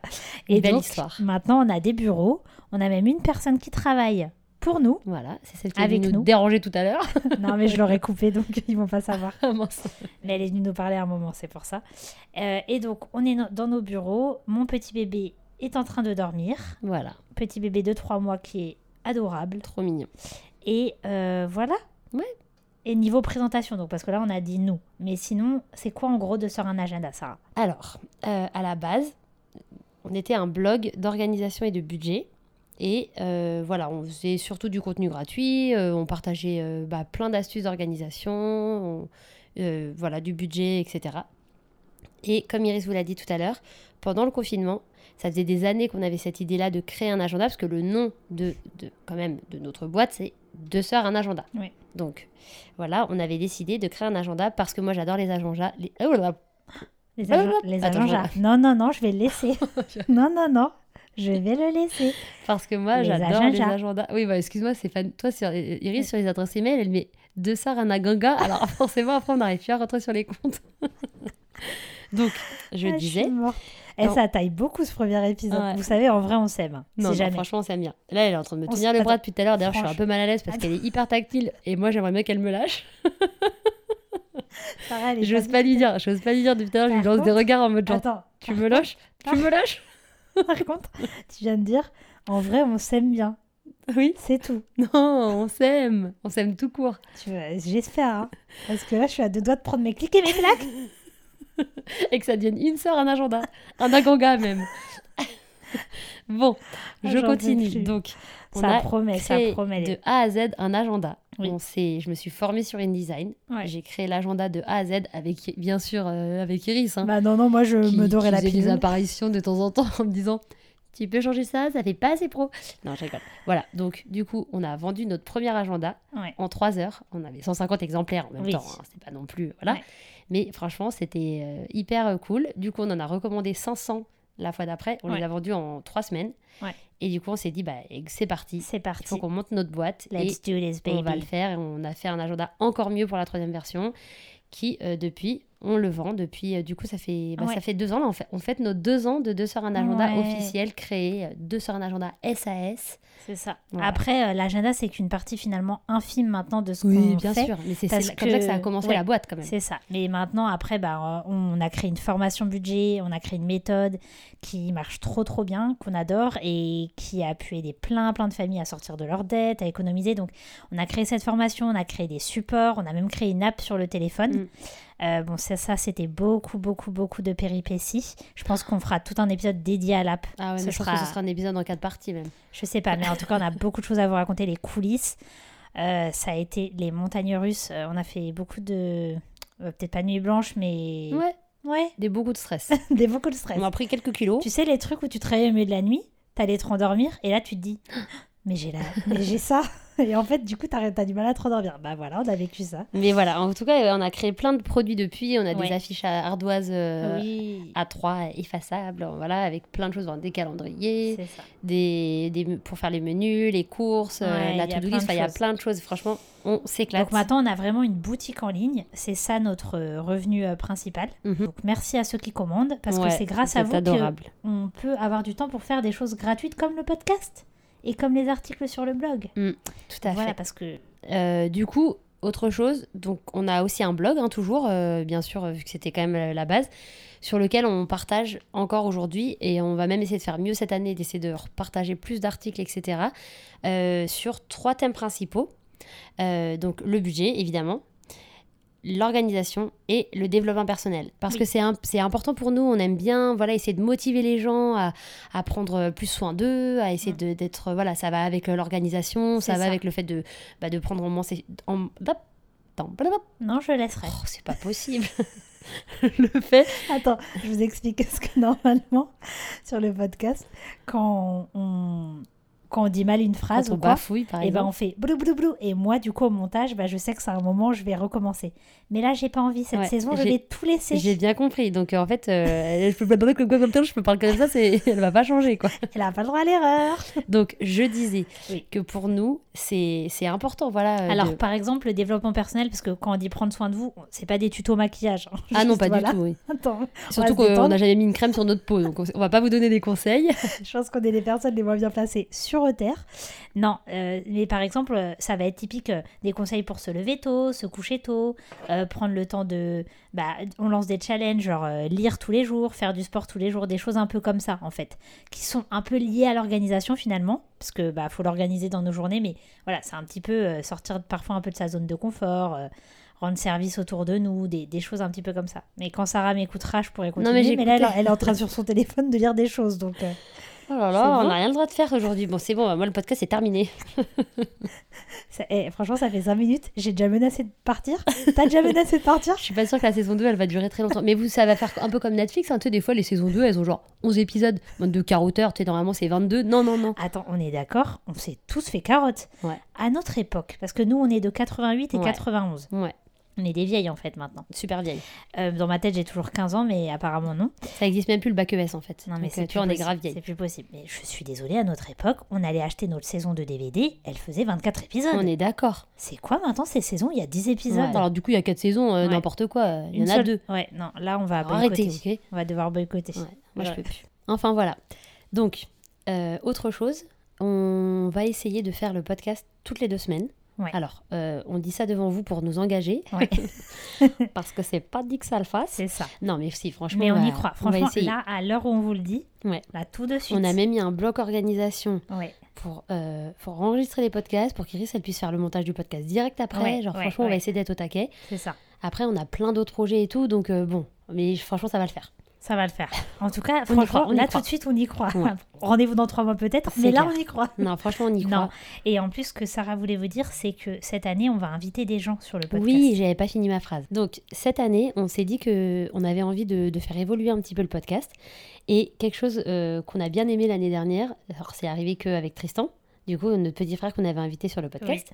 [SPEAKER 4] Une
[SPEAKER 3] Et
[SPEAKER 4] belle
[SPEAKER 3] donc,
[SPEAKER 4] histoire.
[SPEAKER 3] maintenant, on a des bureaux. On a même une personne qui travaille pour nous. [laughs]
[SPEAKER 4] Voilà, c'est celle qui est
[SPEAKER 3] Avec
[SPEAKER 4] venue nous,
[SPEAKER 3] nous.
[SPEAKER 4] déranger tout à l'heure. [laughs]
[SPEAKER 3] Non, mais je l'aurais coupé, donc [laughs] ils vont pas savoir.
[SPEAKER 4] Ah, mince.
[SPEAKER 3] Mais elle est venue nous parler à un moment, c'est pour ça. Euh, et donc, on est no- dans nos bureaux. Mon petit bébé est en train de dormir.
[SPEAKER 4] voilà,
[SPEAKER 3] Petit bébé de 3 mois qui est adorable.
[SPEAKER 4] trop mignon.
[SPEAKER 3] Et euh, voilà.
[SPEAKER 4] Ouais.
[SPEAKER 3] Et niveau présentation, donc, parce que là, on a dit nous. Mais sinon, c'est quoi en gros de sortir un agenda, Sarah
[SPEAKER 4] Alors, euh, à la base, on était un blog d'organisation et de budget. Et euh, voilà, on faisait surtout du contenu gratuit, euh, on partageait euh, bah, plein d'astuces d'organisation, on- euh, voilà, du budget, etc. Et comme Iris vous l'a dit tout à l'heure, pendant le confinement, ça faisait des années qu'on avait cette idée-là de créer un agenda, parce que le nom de, de- quand même de notre boîte, c'est Deux sœurs, un agenda.
[SPEAKER 3] Oui.
[SPEAKER 4] Donc voilà, on avait décidé de créer un agenda parce que moi j'adore les agendas. Les... Oh là là,
[SPEAKER 3] Les,
[SPEAKER 4] Hop,
[SPEAKER 3] agen-
[SPEAKER 4] hop.
[SPEAKER 3] les
[SPEAKER 4] Ah, Attends, Oh,
[SPEAKER 3] agendas. Non, non, non, je vais
[SPEAKER 4] [laughs]
[SPEAKER 3] le laisser. non, non, non. Je vais le laisser.
[SPEAKER 4] Parce que moi,
[SPEAKER 3] Les
[SPEAKER 4] j'adore les
[SPEAKER 3] agendas.
[SPEAKER 4] agendas. Oui, bah, excuse-moi, Stéphane. Toi, sur, euh, Iris, sur les adresses email, elle met deux sœurs à Naganga. Alors, [laughs] forcément, après, on n'arrive plus à rentrer sur les comptes. [laughs] Donc, je
[SPEAKER 3] Ah, suis
[SPEAKER 4] disais.
[SPEAKER 3] morte. Eh,
[SPEAKER 4] Non.
[SPEAKER 3] ça taille beaucoup ce premier épisode.
[SPEAKER 4] Ouais.
[SPEAKER 3] Vous savez, en vrai, on s'aime. hein.
[SPEAKER 4] Non,
[SPEAKER 3] si
[SPEAKER 4] non,
[SPEAKER 3] jamais.
[SPEAKER 4] franchement, on s'aime bien. Là, elle est en train de me
[SPEAKER 3] On
[SPEAKER 4] tenir
[SPEAKER 3] s-
[SPEAKER 4] le bras depuis tout à l'heure. D'ailleurs, je suis
[SPEAKER 3] Franchement.
[SPEAKER 4] un peu mal à l'aise parce qu'elle est hyper tactile. Et moi, j'aimerais bien qu'elle me lâche.
[SPEAKER 3] Sarah, elle est
[SPEAKER 4] J'ose
[SPEAKER 3] pas
[SPEAKER 4] pas lui
[SPEAKER 3] vite.
[SPEAKER 4] dire. J'ose pas lui dire depuis tout à l'heure. Je lui
[SPEAKER 3] Par
[SPEAKER 4] lance des
[SPEAKER 3] contre-
[SPEAKER 4] regards en mode genre,
[SPEAKER 3] Attends,
[SPEAKER 4] tu me lâches Tu me lâches
[SPEAKER 3] par contre, tu viens de dire, en vrai, on s'aime bien.
[SPEAKER 4] Oui.
[SPEAKER 3] C'est tout.
[SPEAKER 4] Non, on s'aime. On s'aime tout court.
[SPEAKER 3] Tu vois, J'espère. hein. Parce que là, je suis à deux doigts de prendre mes clics et mes claques.
[SPEAKER 4] et que ça devienne une sœur, un agenda, un aganga
[SPEAKER 3] [laughs]
[SPEAKER 4] même. bon,
[SPEAKER 3] Ah,
[SPEAKER 4] je
[SPEAKER 3] j'en peux
[SPEAKER 4] continue.
[SPEAKER 3] plus.
[SPEAKER 4] Donc, on
[SPEAKER 3] Ça
[SPEAKER 4] a
[SPEAKER 3] promet, ça
[SPEAKER 4] créé
[SPEAKER 3] promet. les-
[SPEAKER 4] de A à Z un agenda.
[SPEAKER 3] Oui.
[SPEAKER 4] On s'est- je me suis formée sur InDesign.
[SPEAKER 3] Ouais.
[SPEAKER 4] J'ai créé l'agenda de A à Z avec, bien sûr, euh, avec Iris. hein,
[SPEAKER 3] Bah non, non, moi, je
[SPEAKER 4] qui,
[SPEAKER 3] me
[SPEAKER 4] qui
[SPEAKER 3] dorais la
[SPEAKER 4] faisait des
[SPEAKER 3] pilule.
[SPEAKER 4] apparitions de temps en temps en me disant. Tu peux changer ça, ça fait pas assez pro. Non, je rigole. Voilà, donc du coup, on a vendu notre premier agenda
[SPEAKER 3] Ouais.
[SPEAKER 4] en 3 heures. On avait 150 exemplaires en même
[SPEAKER 3] Oui.
[SPEAKER 4] temps. hein, C'était pas non plus. Voilà.
[SPEAKER 3] Ouais.
[SPEAKER 4] Mais franchement, c'était euh, hyper euh, cool. Du coup, on en a recommandé 500 la fois d'après. On les
[SPEAKER 3] Ouais.
[SPEAKER 4] a vendus en 3 semaines.
[SPEAKER 3] Ouais.
[SPEAKER 4] Et du coup, on s'est dit, bah, c'est parti.
[SPEAKER 3] C'est
[SPEAKER 4] Il faut
[SPEAKER 3] parti.
[SPEAKER 4] qu'on monte notre boîte.
[SPEAKER 3] Let's do this,
[SPEAKER 4] et on va le
[SPEAKER 3] baby.
[SPEAKER 4] faire. Et on a fait un agenda encore mieux pour la troisième version qui, euh, depuis, on le vend. Depuis, euh, du coup, ça fait, bah,
[SPEAKER 3] Ouais.
[SPEAKER 4] ça fait deux ans. Là, on, fait, on fête nos deux ans de Deux Sœurs un agenda
[SPEAKER 3] Ouais.
[SPEAKER 4] officiel créé. euh, Deux Sœurs un agenda SAS.
[SPEAKER 3] C'est ça.
[SPEAKER 4] Voilà.
[SPEAKER 3] Après, euh, l'agenda, c'est qu'une partie finalement infime maintenant de ce qu'on
[SPEAKER 4] bien
[SPEAKER 3] fait.
[SPEAKER 4] sûr. Mais c'est
[SPEAKER 3] parce
[SPEAKER 4] c'est comme ça que ça a
[SPEAKER 3] que-
[SPEAKER 4] commencé
[SPEAKER 3] ouais.
[SPEAKER 4] la boîte quand même.
[SPEAKER 3] C'est ça. Mais maintenant, après, bah, euh, on a créé une formation budget, on a créé une méthode qui marche trop, trop bien, qu'on adore et qui a appuyé des plein, plein de familles à sortir de leurs dettes, à économiser. Donc, on a créé cette formation, on a créé des supports, on a même créé une app sur le
[SPEAKER 4] Mm.
[SPEAKER 3] téléphone. Euh, bon, ça, ça c'était beaucoup, beaucoup, beaucoup de péripéties. Je pense qu'on fera tout un épisode dédié à l'app.
[SPEAKER 4] Ah ouais,
[SPEAKER 3] Ce
[SPEAKER 4] mais je pense que
[SPEAKER 3] sera-
[SPEAKER 4] ce sera un épisode en quatre parties même.
[SPEAKER 3] Je sais pas, mais en tout cas, on a beaucoup de choses à vous raconter, les coulisses. Euh, ça a été les montagnes russes. Euh, on a fait beaucoup de. euh, Peut-être pas nuit blanche, mais.
[SPEAKER 4] Ouais,
[SPEAKER 3] Ouais, [laughs]
[SPEAKER 4] des beaucoup de stress.
[SPEAKER 3] des beaucoup de stress.
[SPEAKER 4] On a pris quelques kilos.
[SPEAKER 3] Tu sais, les trucs où tu travailles au milieu de la nuit, t'allais te rendormir, et là tu
[SPEAKER 4] [gasps]
[SPEAKER 3] te dis, [gasps] mais j'ai la... mais j'ai ça. [laughs] Et en fait, du coup, t'as t'as du mal à te rendormir. Bah voilà, on a vécu ça.
[SPEAKER 4] Mais voilà, en tout cas, euh, on a créé plein de produits depuis. On a
[SPEAKER 3] Ouais.
[SPEAKER 4] des affiches à ardoise euh,
[SPEAKER 3] oui,
[SPEAKER 4] A3 effaçables, euh, voilà, avec plein de choses, des calendriers,
[SPEAKER 3] c'est ça.
[SPEAKER 4] des, des- pour faire les menus, les courses, euh,
[SPEAKER 3] Ouais,
[SPEAKER 4] la
[SPEAKER 3] il y a
[SPEAKER 4] to-do
[SPEAKER 3] plein
[SPEAKER 4] list. Enfin,
[SPEAKER 3] de
[SPEAKER 4] il y a
[SPEAKER 3] choses.
[SPEAKER 4] plein de choses. Franchement, on s'éclate.
[SPEAKER 3] Donc maintenant, on a vraiment une boutique en ligne. C'est ça notre euh, revenu euh, principal.
[SPEAKER 4] Mhm.
[SPEAKER 3] Donc merci à ceux qui commandent, parce
[SPEAKER 4] Ouais,
[SPEAKER 3] que c'est grâce à vous
[SPEAKER 4] adorable.
[SPEAKER 3] qu'on peut avoir du temps pour faire des choses gratuites comme le podcast et comme les articles sur le blog.
[SPEAKER 4] Tout à
[SPEAKER 3] Voilà,
[SPEAKER 4] fait.
[SPEAKER 3] parce que
[SPEAKER 4] Euh, du coup, autre chose, donc on a aussi un blog, hein, toujours, euh, bien sûr, euh, vu que c'était quand même la, la base, sur lequel on partage encore aujourd'hui, et on va même essayer de faire mieux cette année, d'essayer de partager plus d'articles, etc., euh, sur trois thèmes principaux. Euh, donc le budget, évidemment, l'organisation et le développement personnel. Parce
[SPEAKER 3] Oui.
[SPEAKER 4] que c'est im- c'est important pour nous, on aime bien voilà, essayer de motiver les gens à, à prendre plus soin d'eux, à essayer
[SPEAKER 3] Mm.
[SPEAKER 4] de- d'être... Voilà, ça va avec euh, l'organisation, ça
[SPEAKER 3] C'est
[SPEAKER 4] va
[SPEAKER 3] ça.
[SPEAKER 4] avec le fait de bah, de prendre en main ses... En... hop, attends, blablabla.
[SPEAKER 3] non, je laisserai.
[SPEAKER 4] Oh, c'est pas possible. [laughs] le fait.
[SPEAKER 3] [laughs] Attends, je [laughs] vous explique ce que normalement, sur le podcast, quand on, quand on dit mal une phrase
[SPEAKER 4] Quand on
[SPEAKER 3] ou quoi,
[SPEAKER 4] bafouille, par
[SPEAKER 3] et ben
[SPEAKER 4] exemple.
[SPEAKER 3] on fait blou blou blou. Et moi, du coup, au montage, bah, je sais que c'est un moment, je vais recommencer. Mais là, j'ai pas envie. Cette
[SPEAKER 4] Ouais,
[SPEAKER 3] saison, je
[SPEAKER 4] j'ai-
[SPEAKER 3] vais tout laisser.
[SPEAKER 4] J'ai bien compris. Donc, euh, en fait, euh, [laughs] je peux blablabla comme, comme, comme, comme, je peux parler comme ça, c'est... [laughs] elle va pas changer, quoi.
[SPEAKER 3] [laughs] Elle a pas le droit à l'erreur.
[SPEAKER 4] Donc, je disais
[SPEAKER 3] Oui.
[SPEAKER 4] que pour nous, c'est, c'est important, voilà. euh,
[SPEAKER 3] Alors,
[SPEAKER 4] de-
[SPEAKER 3] par exemple, le développement personnel, parce que quand on dit prendre soin de vous, c'est pas des tutos maquillage. hein. [laughs]
[SPEAKER 4] Ah non,
[SPEAKER 3] Juste,
[SPEAKER 4] pas
[SPEAKER 3] voilà.
[SPEAKER 4] du tout, oui.
[SPEAKER 3] Attends,
[SPEAKER 4] Surtout
[SPEAKER 3] on va se
[SPEAKER 4] qu'on
[SPEAKER 3] détendre.
[SPEAKER 4] n'a jamais mis une crème sur notre peau, donc on va pas vous donner des conseils.
[SPEAKER 3] je pense qu'on est les personnes les moins bien placées sur Terre. Non, euh, mais par exemple, euh, ça va être typique euh, des conseils pour se lever tôt, se coucher tôt, euh, prendre le temps de. Bah, on lance des challenges, genre euh, lire tous les jours, faire du sport tous les jours, des choses un peu comme ça, en fait, qui sont un peu liées à l'organisation finalement, parce que bah faut l'organiser dans nos journées, mais voilà, c'est un petit peu euh, sortir parfois un peu de sa zone de confort. euh, rendre service autour de nous, des, des choses un petit peu comme ça. Mais quand Sarah m'écoutera, je pourrai
[SPEAKER 4] mais
[SPEAKER 3] continuer. mais,
[SPEAKER 4] j'ai
[SPEAKER 3] là, elle,
[SPEAKER 4] écouté.
[SPEAKER 3] elle est en train sur son téléphone de lire des choses, donc... euh,
[SPEAKER 4] Oh là
[SPEAKER 3] C'est
[SPEAKER 4] là, on
[SPEAKER 3] bon.
[SPEAKER 4] n'a rien le droit de faire aujourd'hui. Bon, c'est bon, bah, moi, le podcast est terminé.
[SPEAKER 3] Ça- eh, franchement, ça fait 5 minutes. J'ai déjà menacé de partir. T'as déjà menacé de partir
[SPEAKER 4] Je suis pas sûre que la saison 2, elle va durer très longtemps. Mais vous, ça va faire un peu comme Netflix. Hein. Tu sais, des fois, les saisons 2, elles ont genre 11 épisodes, 22 40 heures. Tu sais, normalement, c'est 22. Non, non, non.
[SPEAKER 3] [laughs] Attends, on est d'accord, on s'est tous fait carotte.
[SPEAKER 4] Ouais.
[SPEAKER 3] À notre époque, parce que nous, on est de 88 et
[SPEAKER 4] Ouais.
[SPEAKER 3] 91.
[SPEAKER 4] Ouais,
[SPEAKER 3] On est des vieilles, en fait, maintenant.
[SPEAKER 4] super vieille.
[SPEAKER 3] Euh, dans ma tête, j'ai toujours 15 ans, mais apparemment non.
[SPEAKER 4] Ça existe même plus le bac ES, en fait.
[SPEAKER 3] Non, mais
[SPEAKER 4] Donc, euh,
[SPEAKER 3] c'est
[SPEAKER 4] tu vois, on
[SPEAKER 3] plus
[SPEAKER 4] est grave
[SPEAKER 3] possible, C'est
[SPEAKER 4] vieille.
[SPEAKER 3] plus possible. Mais je suis désolée, à notre époque, on allait acheter notre saison de DVD, elle faisait 24 épisodes.
[SPEAKER 4] On est d'accord.
[SPEAKER 3] C'est quoi maintenant ces saisons Il y a 10 épisodes.
[SPEAKER 4] Attends, Alors, du coup, il y a 4 saisons, euh,
[SPEAKER 3] Ouais.
[SPEAKER 4] n'importe quoi. euh, Il y
[SPEAKER 3] Une
[SPEAKER 4] en a
[SPEAKER 3] seule-
[SPEAKER 4] deux.
[SPEAKER 3] Ouais, non, là, on va
[SPEAKER 4] Alors,
[SPEAKER 3] boycotter.
[SPEAKER 4] arrêtez, ok
[SPEAKER 3] On va devoir boycotter.
[SPEAKER 4] Ouais, moi, je
[SPEAKER 3] Ouais.
[SPEAKER 4] peux plus. Enfin, voilà. Donc, euh, autre chose, on va essayer de faire le podcast toutes les deux semaines.
[SPEAKER 3] Ouais.
[SPEAKER 4] Alors, euh, on dit ça devant vous pour nous engager,
[SPEAKER 3] Ouais.
[SPEAKER 4] [laughs] parce que c'est pas dit que ça le fasse.
[SPEAKER 3] C'est ça.
[SPEAKER 4] Non, mais si, franchement.
[SPEAKER 3] Mais
[SPEAKER 4] on
[SPEAKER 3] on y
[SPEAKER 4] va-
[SPEAKER 3] croit.
[SPEAKER 4] on va
[SPEAKER 3] Franchement,
[SPEAKER 4] essayer.
[SPEAKER 3] là, à l'heure où on vous le dit,
[SPEAKER 4] Ouais.
[SPEAKER 3] là, tout de suite.
[SPEAKER 4] On a même mis un bloc organisation
[SPEAKER 3] Ouais.
[SPEAKER 4] pour, euh, pour enregistrer les podcasts, pour qu'Iris elle puisse faire le montage du podcast direct après.
[SPEAKER 3] Ouais,
[SPEAKER 4] Genre,
[SPEAKER 3] ouais,
[SPEAKER 4] franchement, on va
[SPEAKER 3] ouais.
[SPEAKER 4] essayer d'être au taquet.
[SPEAKER 3] C'est ça.
[SPEAKER 4] Après, on a plein d'autres projets et tout, donc euh, bon. Mais franchement, ça va le faire.
[SPEAKER 3] Ça va le faire. En tout cas,
[SPEAKER 4] On y
[SPEAKER 3] franchement,
[SPEAKER 4] croit, on y
[SPEAKER 3] là,
[SPEAKER 4] croit.
[SPEAKER 3] tout de suite, on y croit.
[SPEAKER 4] Ouais.
[SPEAKER 3] [laughs] Rendez-vous dans trois mois peut-être,
[SPEAKER 4] C'est
[SPEAKER 3] mais là,
[SPEAKER 4] clair.
[SPEAKER 3] on y croit.
[SPEAKER 4] Non, franchement, on y
[SPEAKER 3] [laughs] Non.
[SPEAKER 4] croit.
[SPEAKER 3] Et en plus, ce que Sarah voulait vous dire, c'est que cette année, on va inviter des gens sur le podcast.
[SPEAKER 4] Oui, j'avais pas fini ma phrase. Donc cette année, on s'est dit que on avait envie de, de faire évoluer un petit peu le podcast et quelque chose euh, qu'on a bien aimé l'année dernière. Alors c'est arrivé qu'avec Tristan, du coup notre petit frère qu'on avait invité sur le podcast,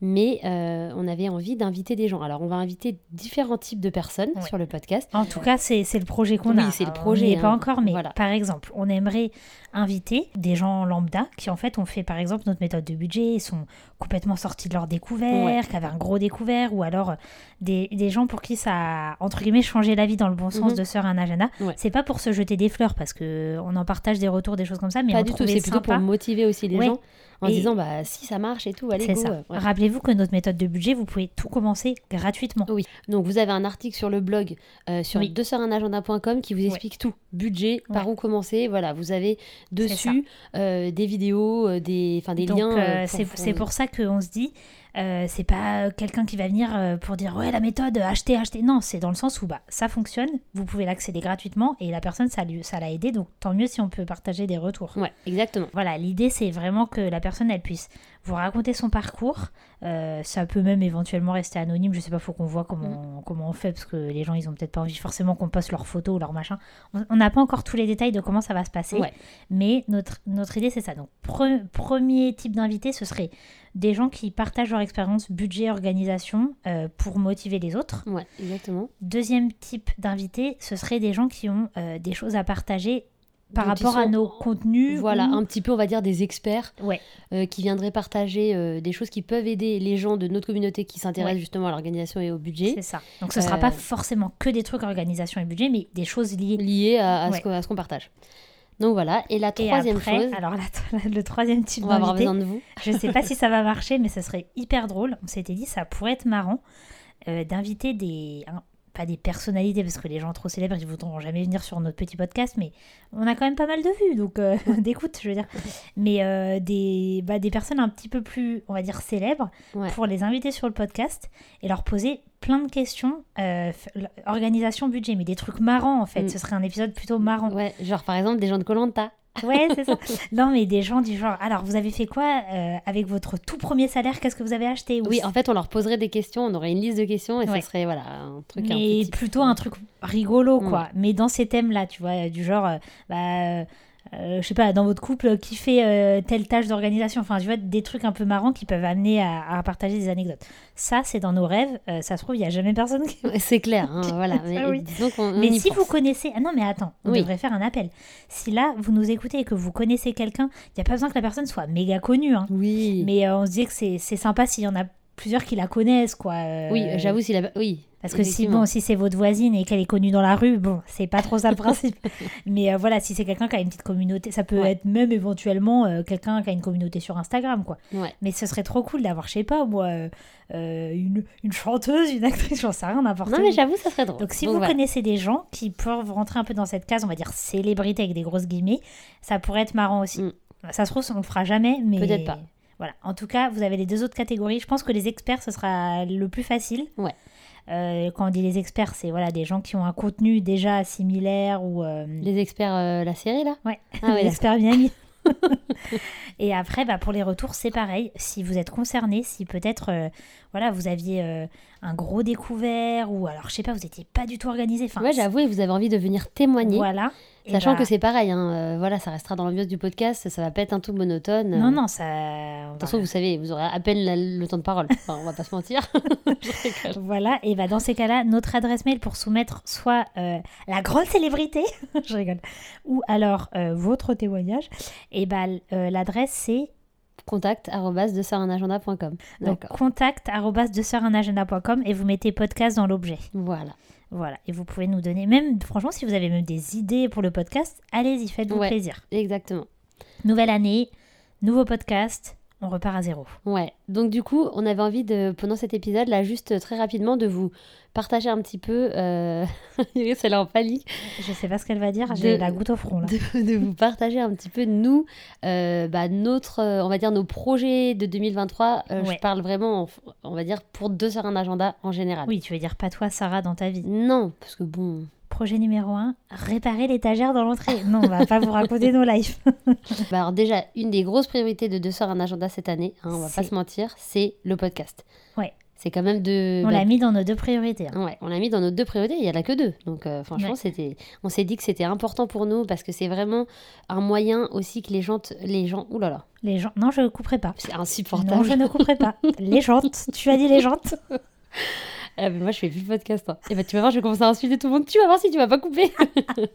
[SPEAKER 4] mais euh, on avait envie d'inviter des gens. Alors on va inviter différents types de personnes
[SPEAKER 3] Ouais.
[SPEAKER 4] sur le podcast.
[SPEAKER 3] En tout cas, c'est c'est le projet qu'on
[SPEAKER 4] Oui,
[SPEAKER 3] a.
[SPEAKER 4] c'est le
[SPEAKER 3] On
[SPEAKER 4] projet,
[SPEAKER 3] n'y est pas
[SPEAKER 4] hein.
[SPEAKER 3] encore, mais
[SPEAKER 4] Voilà.
[SPEAKER 3] par exemple, on aimerait inviter des gens lambda qui, en fait, ont fait, par exemple, notre méthode de budget, ils sont complètement sortis de leur découvert,
[SPEAKER 4] Ouais.
[SPEAKER 3] qui avaient un gros découvert, ou alors euh, des, des gens pour qui ça a, entre guillemets, changé la vie dans le bon sens
[SPEAKER 4] Mhm.
[SPEAKER 3] de Sœur un agenda.
[SPEAKER 4] Ouais.
[SPEAKER 3] C'est pas pour se jeter des fleurs, parce que on en partage des retours, des choses comme ça, mais
[SPEAKER 4] pas
[SPEAKER 3] on
[SPEAKER 4] du tout,
[SPEAKER 3] trouvait
[SPEAKER 4] c'est plutôt pour
[SPEAKER 3] sympa-
[SPEAKER 4] motiver aussi les
[SPEAKER 3] Ouais.
[SPEAKER 4] gens en
[SPEAKER 3] Et-
[SPEAKER 4] disant bah si ça marche et tout, allez
[SPEAKER 3] C'est
[SPEAKER 4] go.
[SPEAKER 3] ça.
[SPEAKER 4] euh, ouais.
[SPEAKER 3] Rappelez-vous que notre méthode de budget, vous pouvez tout commencer gratuitement.
[SPEAKER 4] Oui. Donc vous avez un article sur le blog euh, sur
[SPEAKER 3] Oui.
[SPEAKER 4] deux sœurs un agenda.com qui vous explique tout. Budget, par où commencer, voilà, vous avez dessus euh, des vidéos, euh, des, enfin, des
[SPEAKER 3] Donc,
[SPEAKER 4] liens.
[SPEAKER 3] euh,
[SPEAKER 4] euh,
[SPEAKER 3] c'est c'est pour ça qu'on se dit, euh, c'est pas euh, quelqu'un qui va venir euh, pour dire ouais la méthode euh, acheter acheter. Non, c'est dans le sens où bah ça fonctionne, vous pouvez l'accéder gratuitement et la personne ça lui ça l'a aidé donc tant mieux si on peut partager des retours.
[SPEAKER 4] Ouais, exactement.
[SPEAKER 3] Voilà, l'idée c'est vraiment que la personne elle puisse vous raconter son parcours. Euh, ça peut même éventuellement rester anonyme, je sais pas, faut qu'on voit
[SPEAKER 4] Mm.
[SPEAKER 3] comment, comment on fait parce que les gens ils ont peut-être pas envie forcément qu'on poste leurs photos ou leurs machins. On on n'a pas encore tous les détails de comment ça va se passer,
[SPEAKER 4] Ouais.
[SPEAKER 3] mais notre, notre idée c'est ça. Donc, pre- premier type d'invité ce serait des gens qui partagent leur expérience budget, organisation euh, pour motiver les autres.
[SPEAKER 4] Ouais, exactement.
[SPEAKER 3] Deuxième type d'invité ce serait des gens qui ont euh, des choses à partager par
[SPEAKER 4] Donc, ils
[SPEAKER 3] rapport à
[SPEAKER 4] sont-
[SPEAKER 3] nos contenus.
[SPEAKER 4] Voilà,
[SPEAKER 3] ou-
[SPEAKER 4] un petit peu, on va dire, des experts
[SPEAKER 3] Ouais.
[SPEAKER 4] euh, qui viendraient partager euh, des choses qui peuvent aider les gens de notre communauté qui s'intéressent
[SPEAKER 3] Ouais.
[SPEAKER 4] justement à l'organisation et au budget,
[SPEAKER 3] C'est ça. Donc ce ne sera pas
[SPEAKER 4] Euh,
[SPEAKER 3] forcément que des trucs organisation et budget, mais des choses liées.
[SPEAKER 4] liés à, à
[SPEAKER 3] Ouais.
[SPEAKER 4] ce qu'on- à ce qu'on partage. Donc voilà, et la
[SPEAKER 3] Et
[SPEAKER 4] troisième
[SPEAKER 3] après,
[SPEAKER 4] chose,
[SPEAKER 3] alors la- [laughs] le troisième type
[SPEAKER 4] on va avoir
[SPEAKER 3] d'invité,
[SPEAKER 4] besoin de vous.
[SPEAKER 3] je ne sais pas si ça va marcher, mais ça serait hyper drôle. On s'était dit, ça pourrait être marrant euh, d'inviter des... un- pas des personnalités, parce que les gens trop célèbres, ils ne voudront jamais venir sur notre petit podcast, mais on a quand même pas mal de vues, donc euh, [laughs] d'écoute, je veux dire. Mais euh, des, bah, des personnes un petit peu plus, on va dire, célèbres,
[SPEAKER 4] Ouais.
[SPEAKER 3] pour les inviter sur le podcast et leur poser plein de questions, euh, f- l- organisation, budget, mais des trucs marrants en fait.
[SPEAKER 4] Mm.
[SPEAKER 3] Ce serait un épisode plutôt marrant.
[SPEAKER 4] Ouais, genre par exemple des gens de Colanta.
[SPEAKER 3] Ouais, c'est ça. Non, mais des gens du genre, alors vous avez fait quoi euh, avec votre tout premier salaire Qu'est-ce que vous avez acheté Ou
[SPEAKER 4] Oui,
[SPEAKER 3] c-
[SPEAKER 4] en fait, on leur poserait des questions, on aurait une liste de questions et
[SPEAKER 3] Ouais.
[SPEAKER 4] ça serait voilà un truc Mm. un peu
[SPEAKER 3] mais
[SPEAKER 4] type-
[SPEAKER 3] plutôt un truc rigolo quoi mais dans ces thèmes là tu vois du genre euh, bah, euh, euh, je sais pas, dans votre couple, qui fait euh, telle tâche d'organisation. Enfin, tu vois, des trucs un peu marrants qui peuvent amener à, à partager des anecdotes. Ça, c'est dans nos rêves. Euh, ça se trouve, il n'y a jamais personne qui.
[SPEAKER 4] [laughs] C'est clair, hein,
[SPEAKER 3] [laughs]
[SPEAKER 4] voilà. Mais,
[SPEAKER 3] Ah oui.
[SPEAKER 4] disons qu'on- on
[SPEAKER 3] Mais
[SPEAKER 4] y
[SPEAKER 3] si
[SPEAKER 4] pense.
[SPEAKER 3] vous connaissez. Ah non, mais attends, on
[SPEAKER 4] Oui.
[SPEAKER 3] devrait faire un appel. Si là, vous nous écoutez et que vous connaissez quelqu'un, il n'y a pas besoin que la personne soit méga connue. hein.
[SPEAKER 4] Oui.
[SPEAKER 3] Mais euh, on se dit que c'est c'est sympa s'il y en a plusieurs qui la connaissent, quoi. euh,
[SPEAKER 4] Oui, j'avoue, si la. Oui.
[SPEAKER 3] Parce que si,
[SPEAKER 4] effectivement.
[SPEAKER 3] bon, si c'est votre voisine et qu'elle est connue dans la rue, bon, c'est pas
[SPEAKER 4] [laughs]
[SPEAKER 3] trop ça le principe. Mais euh, voilà, si c'est quelqu'un qui a une petite communauté, ça peut
[SPEAKER 4] Ouais.
[SPEAKER 3] être même éventuellement euh, quelqu'un qui a une communauté sur Instagram, quoi.
[SPEAKER 4] Ouais.
[SPEAKER 3] Mais ce serait trop cool d'avoir, je sais pas, moi, euh, euh, une, une chanteuse, une actrice, j'en sais rien, n'importe
[SPEAKER 4] Non, mais
[SPEAKER 3] qui.
[SPEAKER 4] j'avoue, ça serait drôle.
[SPEAKER 3] Donc si
[SPEAKER 4] Donc,
[SPEAKER 3] vous
[SPEAKER 4] voilà.
[SPEAKER 3] connaissez des gens qui peuvent rentrer un peu dans cette case, on va dire célébrité avec des grosses guillemets, ça pourrait être marrant aussi.
[SPEAKER 4] Mm.
[SPEAKER 3] Ça se trouve, on le fera jamais, mais...
[SPEAKER 4] Peut-être pas.
[SPEAKER 3] Voilà. En tout cas, vous avez les deux autres catégories. Je pense que les experts, ce sera le plus facile.
[SPEAKER 4] Ouais.
[SPEAKER 3] Euh, quand on dit les experts, c'est voilà des gens qui ont un contenu déjà similaire ou euh, [laughs]
[SPEAKER 4] Les experts, euh, la série, là
[SPEAKER 3] Ouais.
[SPEAKER 4] Ah,
[SPEAKER 3] [laughs]
[SPEAKER 4] ouais, d'accord.
[SPEAKER 3] les
[SPEAKER 4] [laughs]
[SPEAKER 3] experts Miami. Et après, bah, pour les retours, c'est pareil. Si vous êtes concerné, si peut-être euh, voilà vous aviez euh, un gros découvert ou alors je sais pas, vous n'étiez pas du tout organisé. Enfin,
[SPEAKER 4] ouais, j'avoue, et vous avez envie de venir témoigner.
[SPEAKER 3] Voilà. Et
[SPEAKER 4] Sachant
[SPEAKER 3] bah,
[SPEAKER 4] que c'est pareil, hein, euh, voilà, ça restera dans l'ambiance du podcast, ça va pas être un tout monotone. euh.
[SPEAKER 3] non non ça. euh,
[SPEAKER 4] De toute façon, vous savez, vous aurez à peine la- le temps de parole. Enfin, on va pas se mentir. [laughs] Je rigole.
[SPEAKER 3] Voilà, et bah dans ces cas-là, notre adresse mail pour soumettre soit euh, la grande célébrité, [laughs] je rigole, ou alors euh, votre témoignage, et bah l- euh, l'adresse c'est
[SPEAKER 4] Contact arobase de sarunagenda.com.
[SPEAKER 3] donc
[SPEAKER 4] D'accord.
[SPEAKER 3] contact arobase desoeursagenda.com et vous mettez podcast dans l'objet.
[SPEAKER 4] Voilà.
[SPEAKER 3] Voilà, et vous pouvez nous donner, même franchement, si vous avez même des idées pour le podcast, allez-y, faites-vous
[SPEAKER 4] Ouais.
[SPEAKER 3] plaisir.
[SPEAKER 4] Exactement.
[SPEAKER 3] Nouvelle année, nouveau podcast, on repart à zéro.
[SPEAKER 4] Ouais. Donc du coup, on avait envie de pendant cet épisode là juste euh, très rapidement de vous partager un petit peu euh... [laughs] Iris, elle est en panique.
[SPEAKER 3] Je sais pas ce qu'elle va dire, j'ai
[SPEAKER 4] De-
[SPEAKER 3] la goutte au front là.
[SPEAKER 4] de, de vous partager un petit peu nous euh, bah, notre euh, on va dire nos projets de 2023 Euh,
[SPEAKER 3] Ouais.
[SPEAKER 4] je parle vraiment en f- on va dire pour deux sur un agenda en général
[SPEAKER 3] Oui, tu veux dire pas toi, Sarah, dans ta vie.
[SPEAKER 4] non parce que bon
[SPEAKER 3] Projet numéro 1, réparer l'étagère dans l'entrée. Non, on va pas vous raconter nos lives.
[SPEAKER 4] [laughs] bah, alors déjà une des grosses priorités de deux sur un agenda cette année hein, on va pas
[SPEAKER 3] C'est-
[SPEAKER 4] se mentir c'est le podcast
[SPEAKER 3] Ouais.
[SPEAKER 4] c'est quand même de
[SPEAKER 3] On
[SPEAKER 4] bah,
[SPEAKER 3] l'a mis dans nos deux priorités. hein.
[SPEAKER 4] Ouais, on l'a mis dans nos deux priorités, il n'y en a que deux. Donc euh, franchement,
[SPEAKER 3] Ouais.
[SPEAKER 4] c'était, on s'est dit que c'était important pour nous parce que c'est vraiment un moyen aussi que les gens... t- Les gens... Ouh là là,
[SPEAKER 3] Les gens. Non, je ne couperai pas.
[SPEAKER 4] c'est
[SPEAKER 3] Non, je
[SPEAKER 4] insupportable.
[SPEAKER 3] ne couperai pas. Les jantes. Tu as dit les jantes.
[SPEAKER 4] [laughs] Ah, mais moi, je fais plus de podcast. hein. Et bah tu vas voir, je vais commencer à insulter tout le monde. Tu vas voir si tu vas pas couper. [laughs]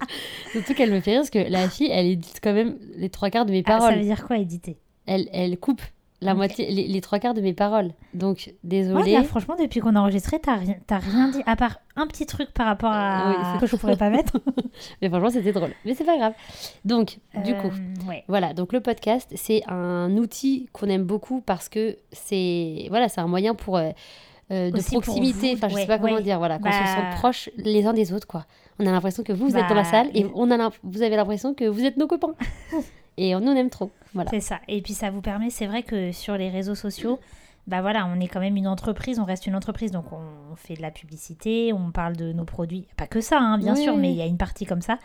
[SPEAKER 4] Surtout qu'elle me fait rire parce que la fille, elle édite quand même les trois quarts de mes
[SPEAKER 3] Ah, ça
[SPEAKER 4] paroles.
[SPEAKER 3] veut dire quoi, éditer
[SPEAKER 4] elle, elle coupe la
[SPEAKER 3] Ok. Oh,
[SPEAKER 4] moitié, les, les trois quarts de mes paroles. Donc
[SPEAKER 3] Moi,
[SPEAKER 4] désolée.
[SPEAKER 3] là, franchement, depuis qu'on a enregistré, t'as rien, t'as rien dit, à part un petit truc par rapport à.
[SPEAKER 4] Euh, oui, c'est-
[SPEAKER 3] que je pourrais pas mettre.
[SPEAKER 4] mais franchement, c'était drôle. Mais c'est pas grave. Donc [laughs] du
[SPEAKER 3] Euh,
[SPEAKER 4] coup.
[SPEAKER 3] ouais.
[SPEAKER 4] Voilà, donc le podcast, c'est un outil qu'on aime beaucoup parce que c'est voilà, c'est un moyen pour euh, euh, de
[SPEAKER 3] Aussi pour
[SPEAKER 4] proximité,
[SPEAKER 3] vous,
[SPEAKER 4] enfin je
[SPEAKER 3] ouais,
[SPEAKER 4] sais pas comment
[SPEAKER 3] ouais.
[SPEAKER 4] dire, voilà, qu'on se
[SPEAKER 3] Bah-
[SPEAKER 4] sente proches les uns des autres quoi. On a l'impression que vous, vous êtes dans la
[SPEAKER 3] Bah,
[SPEAKER 4] salle et
[SPEAKER 3] le-
[SPEAKER 4] on a l'imp- vous avez l'impression que vous êtes nos
[SPEAKER 3] [laughs]
[SPEAKER 4] copains. et on nous on aime trop. Voilà.
[SPEAKER 3] C'est ça. Et puis ça vous permet, c'est vrai que sur les réseaux sociaux, bah voilà, on est quand même une entreprise, on reste une entreprise, donc on fait de la publicité, on parle de nos produits. Pas que ça, hein, bien
[SPEAKER 4] Oui,
[SPEAKER 3] sûr,
[SPEAKER 4] oui,
[SPEAKER 3] mais
[SPEAKER 4] oui.
[SPEAKER 3] il y a une partie comme ça.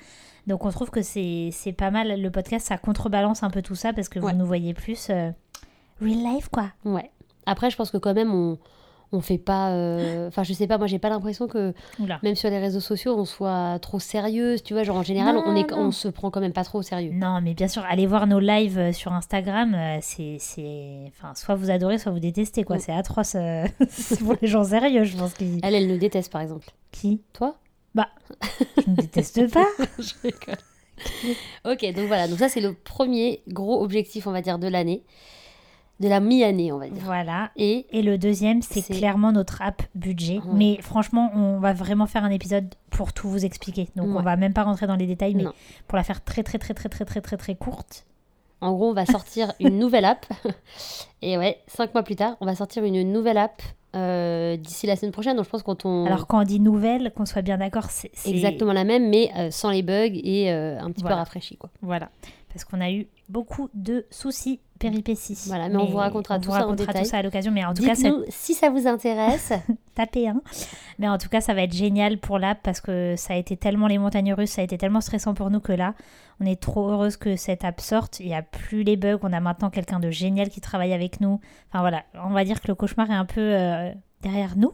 [SPEAKER 3] Donc on trouve que c'est c'est pas mal, le podcast, ça contrebalance un peu tout ça parce que
[SPEAKER 4] Ouais.
[SPEAKER 3] vous nous voyez plus euh, real life, quoi.
[SPEAKER 4] Ouais. Après je pense que quand même on on fait pas euh, enfin je sais pas, moi j'ai pas l'impression que
[SPEAKER 3] Oula.
[SPEAKER 4] même sur les réseaux sociaux on soit trop sérieuse, tu vois, genre en général,
[SPEAKER 3] Non,
[SPEAKER 4] on est
[SPEAKER 3] non.
[SPEAKER 4] on se prend quand même pas trop au sérieux.
[SPEAKER 3] Non, mais bien sûr, allez voir nos lives euh, sur Instagram. euh, C'est, c'est, enfin, soit vous adorez, soit vous détestez, quoi.
[SPEAKER 4] Mm.
[SPEAKER 3] C'est atroce. euh, [laughs] c'est pour les gens sérieux, je pense. Qui,
[SPEAKER 4] Elle elle nous déteste par exemple.
[SPEAKER 3] qui
[SPEAKER 4] Toi
[SPEAKER 3] je ne déteste
[SPEAKER 4] [laughs]
[SPEAKER 3] pas. [laughs]
[SPEAKER 4] Je rigole. ok, donc voilà, donc ça c'est le premier gros objectif, on va dire, de l'année, de la mi-année, on va dire.
[SPEAKER 3] Voilà.
[SPEAKER 4] Et
[SPEAKER 3] Et le deuxième, c'est
[SPEAKER 4] C'est-
[SPEAKER 3] clairement notre app budget.
[SPEAKER 4] Ouais.
[SPEAKER 3] Mais franchement, on va vraiment faire un épisode pour tout vous expliquer. Donc, on
[SPEAKER 4] Ouais.
[SPEAKER 3] va même pas rentrer dans les détails, mais
[SPEAKER 4] Non.
[SPEAKER 3] pour la faire très, très, très, très, très, très, très, très courte.
[SPEAKER 4] en gros, on va
[SPEAKER 3] [laughs]
[SPEAKER 4] sortir une nouvelle app. Et ouais, cinq mois plus tard, on va sortir une nouvelle app euh, d'ici la semaine prochaine. Donc je pense quand on
[SPEAKER 3] Alors, quand on dit nouvelle, qu'on soit bien d'accord, c'est. c'est-
[SPEAKER 4] exactement la même, mais euh, sans les bugs et euh, un petit
[SPEAKER 3] Voilà.
[SPEAKER 4] peu rafraîchi, quoi.
[SPEAKER 3] Voilà. Parce qu'on a eu beaucoup de soucis, péripéties.
[SPEAKER 4] Voilà, mais on vous racontera
[SPEAKER 3] on
[SPEAKER 4] tout
[SPEAKER 3] vous
[SPEAKER 4] ça en
[SPEAKER 3] racontera
[SPEAKER 4] détail.
[SPEAKER 3] tout ça à l'occasion. Mais en tout cas, ça
[SPEAKER 4] Dites-nous si ça vous
[SPEAKER 3] [laughs]
[SPEAKER 4] intéresse.
[SPEAKER 3] taper. Hein. Mais en tout cas, ça va être génial pour l'app parce que ça a été tellement les montagnes russes, ça a été tellement stressant pour nous que là, on est trop heureuse que cette app sorte. Il n'y a plus les bugs, on a maintenant quelqu'un de génial qui travaille avec nous. Enfin voilà, on va dire que le cauchemar est un peu euh, derrière nous.